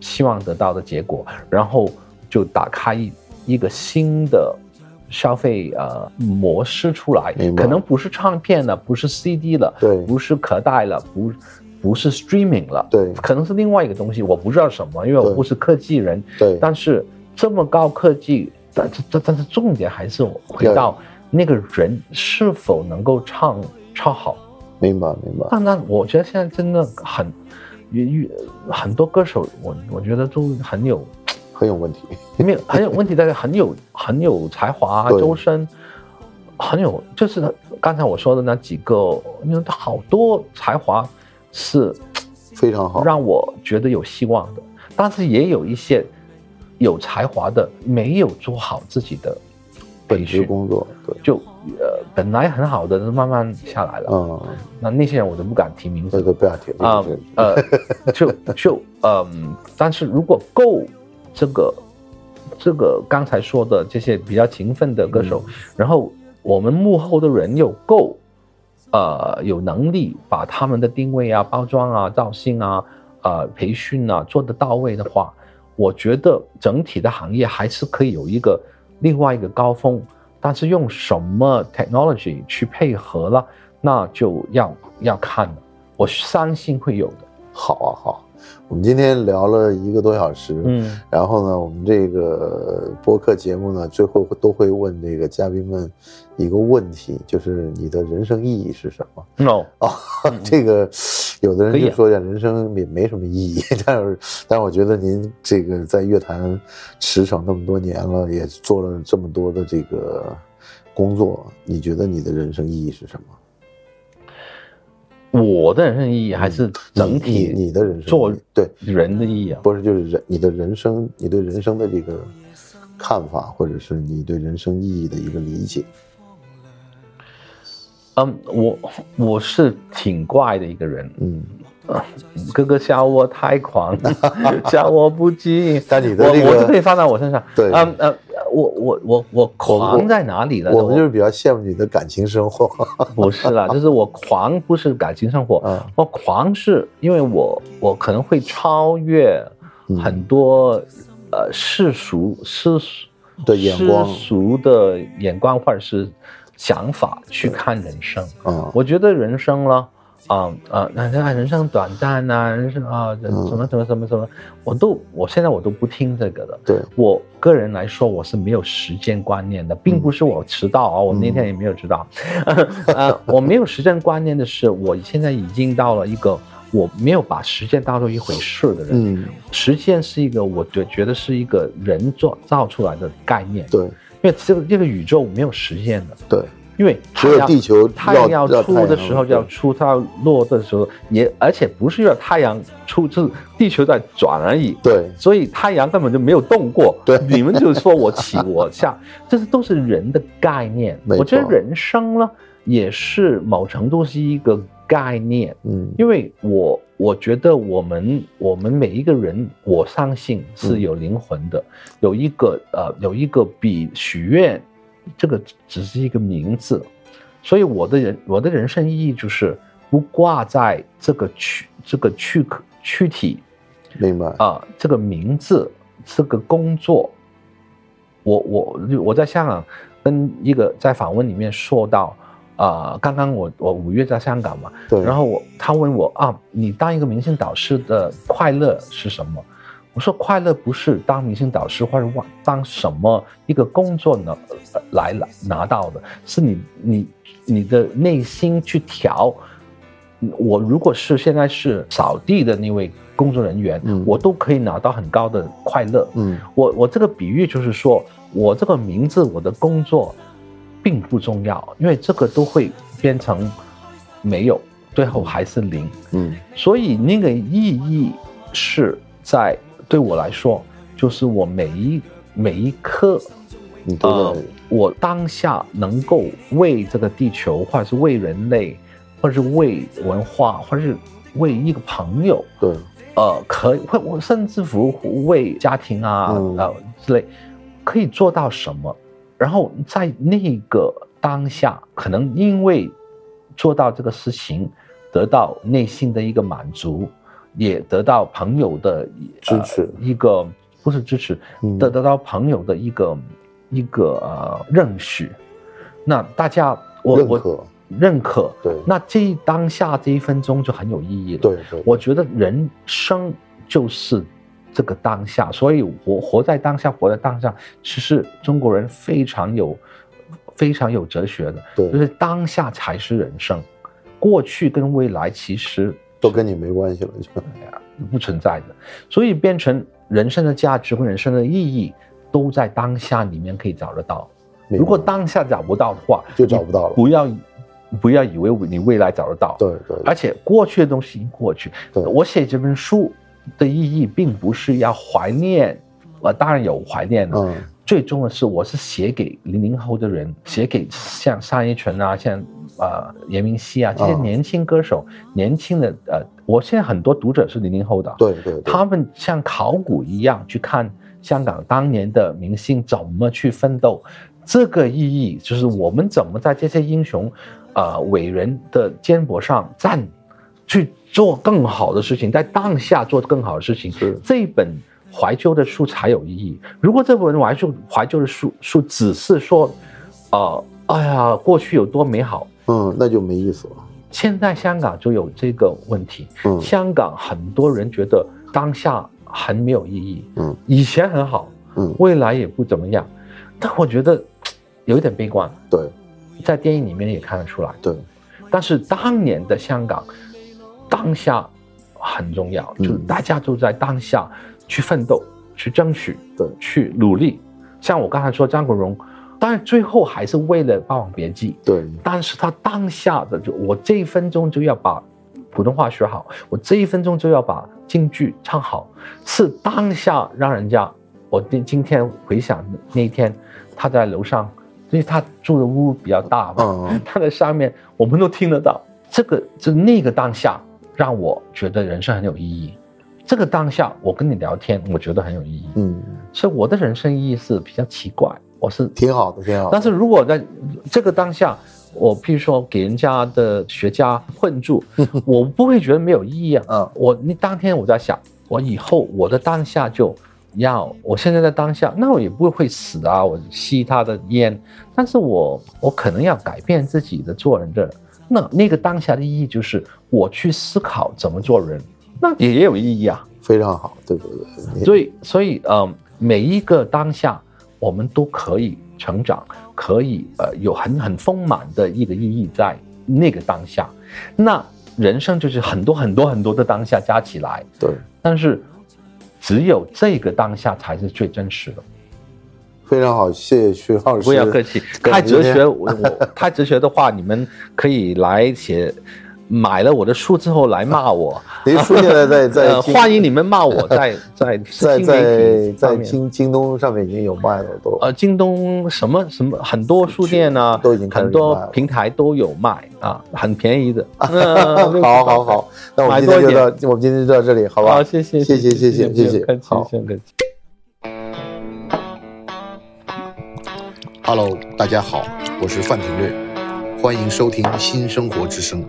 [SPEAKER 2] 希望得到的结果，然后就打开一一个新的消费呃模式出来
[SPEAKER 1] 明，白
[SPEAKER 2] 可能不是唱片了，不是 CD 了，
[SPEAKER 1] 对
[SPEAKER 2] 不是可带了，不不是 streaming 了，
[SPEAKER 1] 对
[SPEAKER 2] 可能是另外一个东西，我不知道什么，因为我
[SPEAKER 1] 对
[SPEAKER 2] 不是科技人，
[SPEAKER 1] 对
[SPEAKER 2] 但是这么高科技，但但但是重点还是回到那个人是否能够唱唱好。
[SPEAKER 1] 明白明白，
[SPEAKER 2] 当然，我觉得现在真的很，遇遇很多歌手，我我觉得都很有
[SPEAKER 1] 很有问题，
[SPEAKER 2] 没有很有问题，但是很有很有才华，
[SPEAKER 1] 对
[SPEAKER 2] 周深很有，就是刚才我说的那几个，因为他好多才华是
[SPEAKER 1] 非常好，
[SPEAKER 2] 让我觉得有希望的，但是也有一些有才华的没有做好自己的
[SPEAKER 1] 本
[SPEAKER 2] 培
[SPEAKER 1] 职
[SPEAKER 2] 训，
[SPEAKER 1] 工作，对，
[SPEAKER 2] 就呃本来很好的慢慢下来了。
[SPEAKER 1] 嗯，
[SPEAKER 2] 那那些人我都不敢提名
[SPEAKER 1] 这
[SPEAKER 2] 字
[SPEAKER 1] 个不要提
[SPEAKER 2] 啊
[SPEAKER 1] 了，这个
[SPEAKER 2] 呃就就嗯，但是如果够这个这个刚才说的这些比较勤奋的歌手，然后我们幕后的人又够呃有能力把他们的定位啊、包装啊、造型啊、呃培训啊做得到位的话，我觉得整体的行业还是可以有一个另外一个高峰，但是用什么 technology 去配合了，那就要要看了。我相信会有的。
[SPEAKER 1] 好啊好，我们今天聊了一个多小时，
[SPEAKER 2] 嗯，
[SPEAKER 1] 然后呢，我们这个播客节目呢，最后都会问这个嘉宾们一个问题，就是你的人生意义是什么？
[SPEAKER 2] no，
[SPEAKER 1] 哦，
[SPEAKER 2] 嗯
[SPEAKER 1] 这个有的
[SPEAKER 2] 可
[SPEAKER 1] 人
[SPEAKER 2] 以
[SPEAKER 1] 就
[SPEAKER 2] 啊
[SPEAKER 1] 说呀，人生也没什么意义， 但是但是我觉得您这个在乐坛驰骋那么多年了，也做了这么多的这个工作，你觉得你的人生意义是什么？
[SPEAKER 2] 我的人生意义还是整体
[SPEAKER 1] 嗯你你你的人生
[SPEAKER 2] 做
[SPEAKER 1] 意义对
[SPEAKER 2] 人的意义啊。
[SPEAKER 1] 不是，就是人你的人生，你对人生的这个看法，或者是你对人生意义的一个理解。
[SPEAKER 2] 嗯，我我是挺怪的一个人，
[SPEAKER 1] 嗯，
[SPEAKER 2] 哥哥笑我太狂， 笑我不羁。
[SPEAKER 1] 但你的那
[SPEAKER 2] 我我就可以
[SPEAKER 1] 个，
[SPEAKER 2] 放在我身上。
[SPEAKER 1] 对
[SPEAKER 2] 嗯呃，我我我我狂在哪里了？
[SPEAKER 1] 我们就是比较羡慕你的感情生活
[SPEAKER 2] 不 是啦，就是我狂不是感情生活，
[SPEAKER 1] 啊，
[SPEAKER 2] 我狂是因为我我可能会超越
[SPEAKER 1] 嗯
[SPEAKER 2] 很多、呃世俗世俗
[SPEAKER 1] 的眼光
[SPEAKER 2] 世俗的眼光或者是想法去看人生。
[SPEAKER 1] 啊，
[SPEAKER 2] 我觉得人生了。啊啊，人生人生短暂呐、人生啊，人
[SPEAKER 1] 嗯
[SPEAKER 2] 什么什么什么什么，我都我现在我都不听这个的。
[SPEAKER 1] 对，
[SPEAKER 2] 我个人来说，我是没有时间观念
[SPEAKER 1] 嗯
[SPEAKER 2] 的，并不是我迟到啊，我那天也没有迟到， 呃，我没有时间观念的是，我现在已经到了一个我没有把时间当做一回事的人。
[SPEAKER 1] 嗯，
[SPEAKER 2] 时间是一个，我觉觉得是一个人做造出来的概念，
[SPEAKER 1] 对
[SPEAKER 2] 因为这个这个宇宙没有时间的，
[SPEAKER 1] 对，
[SPEAKER 2] 因为
[SPEAKER 1] 只
[SPEAKER 2] 太
[SPEAKER 1] 有
[SPEAKER 2] 阳
[SPEAKER 1] 地球
[SPEAKER 2] 太
[SPEAKER 1] 绕
[SPEAKER 2] 阳要
[SPEAKER 1] 绕太
[SPEAKER 2] 出的
[SPEAKER 1] 阳
[SPEAKER 2] 时候就要
[SPEAKER 1] 对
[SPEAKER 2] 出，它要落的时候也，而且不是要太阳出，就是地球在转而已。
[SPEAKER 1] 对
[SPEAKER 2] 所以太阳根本就没有动过。
[SPEAKER 1] 对
[SPEAKER 2] 你们就说我起我下，这是都是人的概念。
[SPEAKER 1] 没错
[SPEAKER 2] 我觉得人生呢，也是某程度是一个概念，
[SPEAKER 1] 嗯，
[SPEAKER 2] 因为我我觉得我们我们每一个人，我相信是有灵魂的，有一个呃有一个比许愿，这个只是一个名字，所以我的人我的人生意义就是不挂在这个躯这个躯壳躯体
[SPEAKER 1] 明白，
[SPEAKER 2] 啊、这个名字，这个工作，我我我在香港跟一个在访问里面说到，啊、刚刚我我五月在香港嘛，
[SPEAKER 1] 对，
[SPEAKER 2] 然后我他问我啊，你当一个明星导师的快乐是什么？我说快乐不是当明星导师或者哇当什么一个工作呢呃来拿拿到的，是你你你的内心去调。我如果是现在是扫地的那位工作人员，
[SPEAKER 1] 嗯
[SPEAKER 2] 我都可以拿到很高的快乐。
[SPEAKER 1] 嗯，
[SPEAKER 2] 我我这个比喻就是说，我这个名字，我的工作，并不重要，因为这个都会变成没有，最后还是零。
[SPEAKER 1] 嗯，
[SPEAKER 2] 所以那个意义是在对我来说，就是我每一每一刻，
[SPEAKER 1] 你都
[SPEAKER 2] 呃
[SPEAKER 1] 在，，
[SPEAKER 2] 我当下能够为这个地球，或者是为人类，或者是为文化，或者是为一个朋友，
[SPEAKER 1] 对，
[SPEAKER 2] 呃，可以会我甚至乎为家庭啊、
[SPEAKER 1] 嗯
[SPEAKER 2] 呃之类，可以做到什么？然后在那个当下，可能因为做到这个事情，得到内心的一个满足，也得到朋友的
[SPEAKER 1] 支
[SPEAKER 2] 呃
[SPEAKER 1] 持
[SPEAKER 2] 一个不是支持，
[SPEAKER 1] 嗯
[SPEAKER 2] 得得到朋友的一个一个呃认识。那大家我
[SPEAKER 1] 认
[SPEAKER 2] 我
[SPEAKER 1] 可，
[SPEAKER 2] 认可，
[SPEAKER 1] 对，
[SPEAKER 2] 那这一当下这一分钟就很有意义了。
[SPEAKER 1] 对对，
[SPEAKER 2] 我觉得人生就是这个当下，所以活活在当下，活在当下，其实中国人非常有非常有哲学的，就
[SPEAKER 1] 对
[SPEAKER 2] 是当下才是人生，过去跟未来其实
[SPEAKER 1] 都跟你没关系了，就
[SPEAKER 2] 不存在的，所以变成人生的价值和人生的意义都在当下里面可以找得到。
[SPEAKER 1] 明白
[SPEAKER 2] 如果当下找不到的话，
[SPEAKER 1] 就找不到了
[SPEAKER 2] 你不要不要以为你未来找得到，
[SPEAKER 1] 对对
[SPEAKER 2] 而且过去的东西已经过去。
[SPEAKER 1] 对
[SPEAKER 2] 我写这本书的意义并不是要怀念，呃，当然有怀念的。
[SPEAKER 1] 嗯
[SPEAKER 2] 最终的是，我是写给零零后的人，写给像单依纯啊，像呃严明熙啊这些
[SPEAKER 1] 嗯
[SPEAKER 2] 年轻歌手，年轻的呃，我现在很多读者是零零后的，
[SPEAKER 1] 对对，对
[SPEAKER 2] 他们像考古一样去看香港当年的明星怎么去奋斗，这个意义就是我们怎么在这些英雄、呃伟人的肩膊上站，去做更好的事情，在当下做更好的事情
[SPEAKER 1] 是。
[SPEAKER 2] 这一本怀旧的书才有意义。如果这本怀旧怀旧的书书只是说，呃，哎呀，过去有多美好，
[SPEAKER 1] 嗯，那就没意思了，
[SPEAKER 2] 现在香港就有这个问题。
[SPEAKER 1] 嗯
[SPEAKER 2] 香港很多人觉得当下很没有意义，
[SPEAKER 1] 嗯，
[SPEAKER 2] 以前很好，
[SPEAKER 1] 嗯，
[SPEAKER 2] 未来也不怎么样，但我觉得嘖有一点悲观，
[SPEAKER 1] 对
[SPEAKER 2] 在电影里面也看得出来。
[SPEAKER 1] 对，
[SPEAKER 2] 但是当年的香港，当下很重要，
[SPEAKER 1] 嗯
[SPEAKER 2] 就是大家都在当下去奋斗、去争取、
[SPEAKER 1] 对
[SPEAKER 2] 去努力。像我刚才说张国荣，当然最后还是为了《霸王别姬》，
[SPEAKER 1] 对
[SPEAKER 2] 但是他当下的就我这一分钟就要把普通话学好，我这一分钟就要把京剧唱好，是当下让人家我今今天回想那一天，他在楼上因为他住的屋比较大嘛，
[SPEAKER 1] 嗯
[SPEAKER 2] 他在上面我们都听得到。这个就那个当下，让我觉得人生很有意义。这个当下，我跟你聊天，我觉得很有意义。
[SPEAKER 1] 嗯，
[SPEAKER 2] 所以我的人生意义是比较奇怪，我是
[SPEAKER 1] 挺好的，挺好的。
[SPEAKER 2] 但是如果在这个当下，我譬如说给人家的学家混 住，我不会觉得没有意义啊。
[SPEAKER 1] 嗯
[SPEAKER 2] 我那当天我在想，我以后我的当下就要，我现在在当下，那我也不会死啊，我吸他的烟，但是我我可能要改变自己的做人的。那那个当下的意义就是我去思考怎么做人，那也有意义啊。
[SPEAKER 1] 非常好，对对对，你
[SPEAKER 2] 所以，所以，呃，每一个当下，我们都可以成长，可以呃有很很丰满的一个意义在那个当下。那人生就是很多很多很多的当下加起来，
[SPEAKER 1] 对，
[SPEAKER 2] 但是只有这个当下才是最真实的。
[SPEAKER 1] 非常好，谢谢徐老师。
[SPEAKER 2] 不要客气，
[SPEAKER 1] 感
[SPEAKER 2] 太
[SPEAKER 1] 觉
[SPEAKER 2] 哲学，我我太哲学的话，你们可以来写。买了我的书之后来骂我，
[SPEAKER 1] 您出现在 在在
[SPEAKER 2] 呃，
[SPEAKER 1] 京
[SPEAKER 2] 欢迎你们骂我，在在
[SPEAKER 1] 在
[SPEAKER 2] 新媒
[SPEAKER 1] 在
[SPEAKER 2] 体上
[SPEAKER 1] 在
[SPEAKER 2] 面
[SPEAKER 1] 京京东上面已经有卖了都。
[SPEAKER 2] 呃，京东什么什么很多书店呢、
[SPEAKER 1] 都已经开始
[SPEAKER 2] 很多
[SPEAKER 1] 卖了
[SPEAKER 2] 平台都有卖啊，很便 宜的。
[SPEAKER 1] 好好好，那我们
[SPEAKER 2] 买
[SPEAKER 1] 今
[SPEAKER 2] 多
[SPEAKER 1] 天
[SPEAKER 2] 一
[SPEAKER 1] 就
[SPEAKER 2] 点
[SPEAKER 1] 到，我们今天就到这里，好
[SPEAKER 2] 好
[SPEAKER 1] 吧？
[SPEAKER 2] 谢谢
[SPEAKER 1] 谢谢谢谢
[SPEAKER 2] 谢
[SPEAKER 1] 谢谢
[SPEAKER 2] 客气
[SPEAKER 1] 好
[SPEAKER 2] 不用客气。
[SPEAKER 1] Hello，大家好，我是范廷略，欢迎收听《新生活之声》。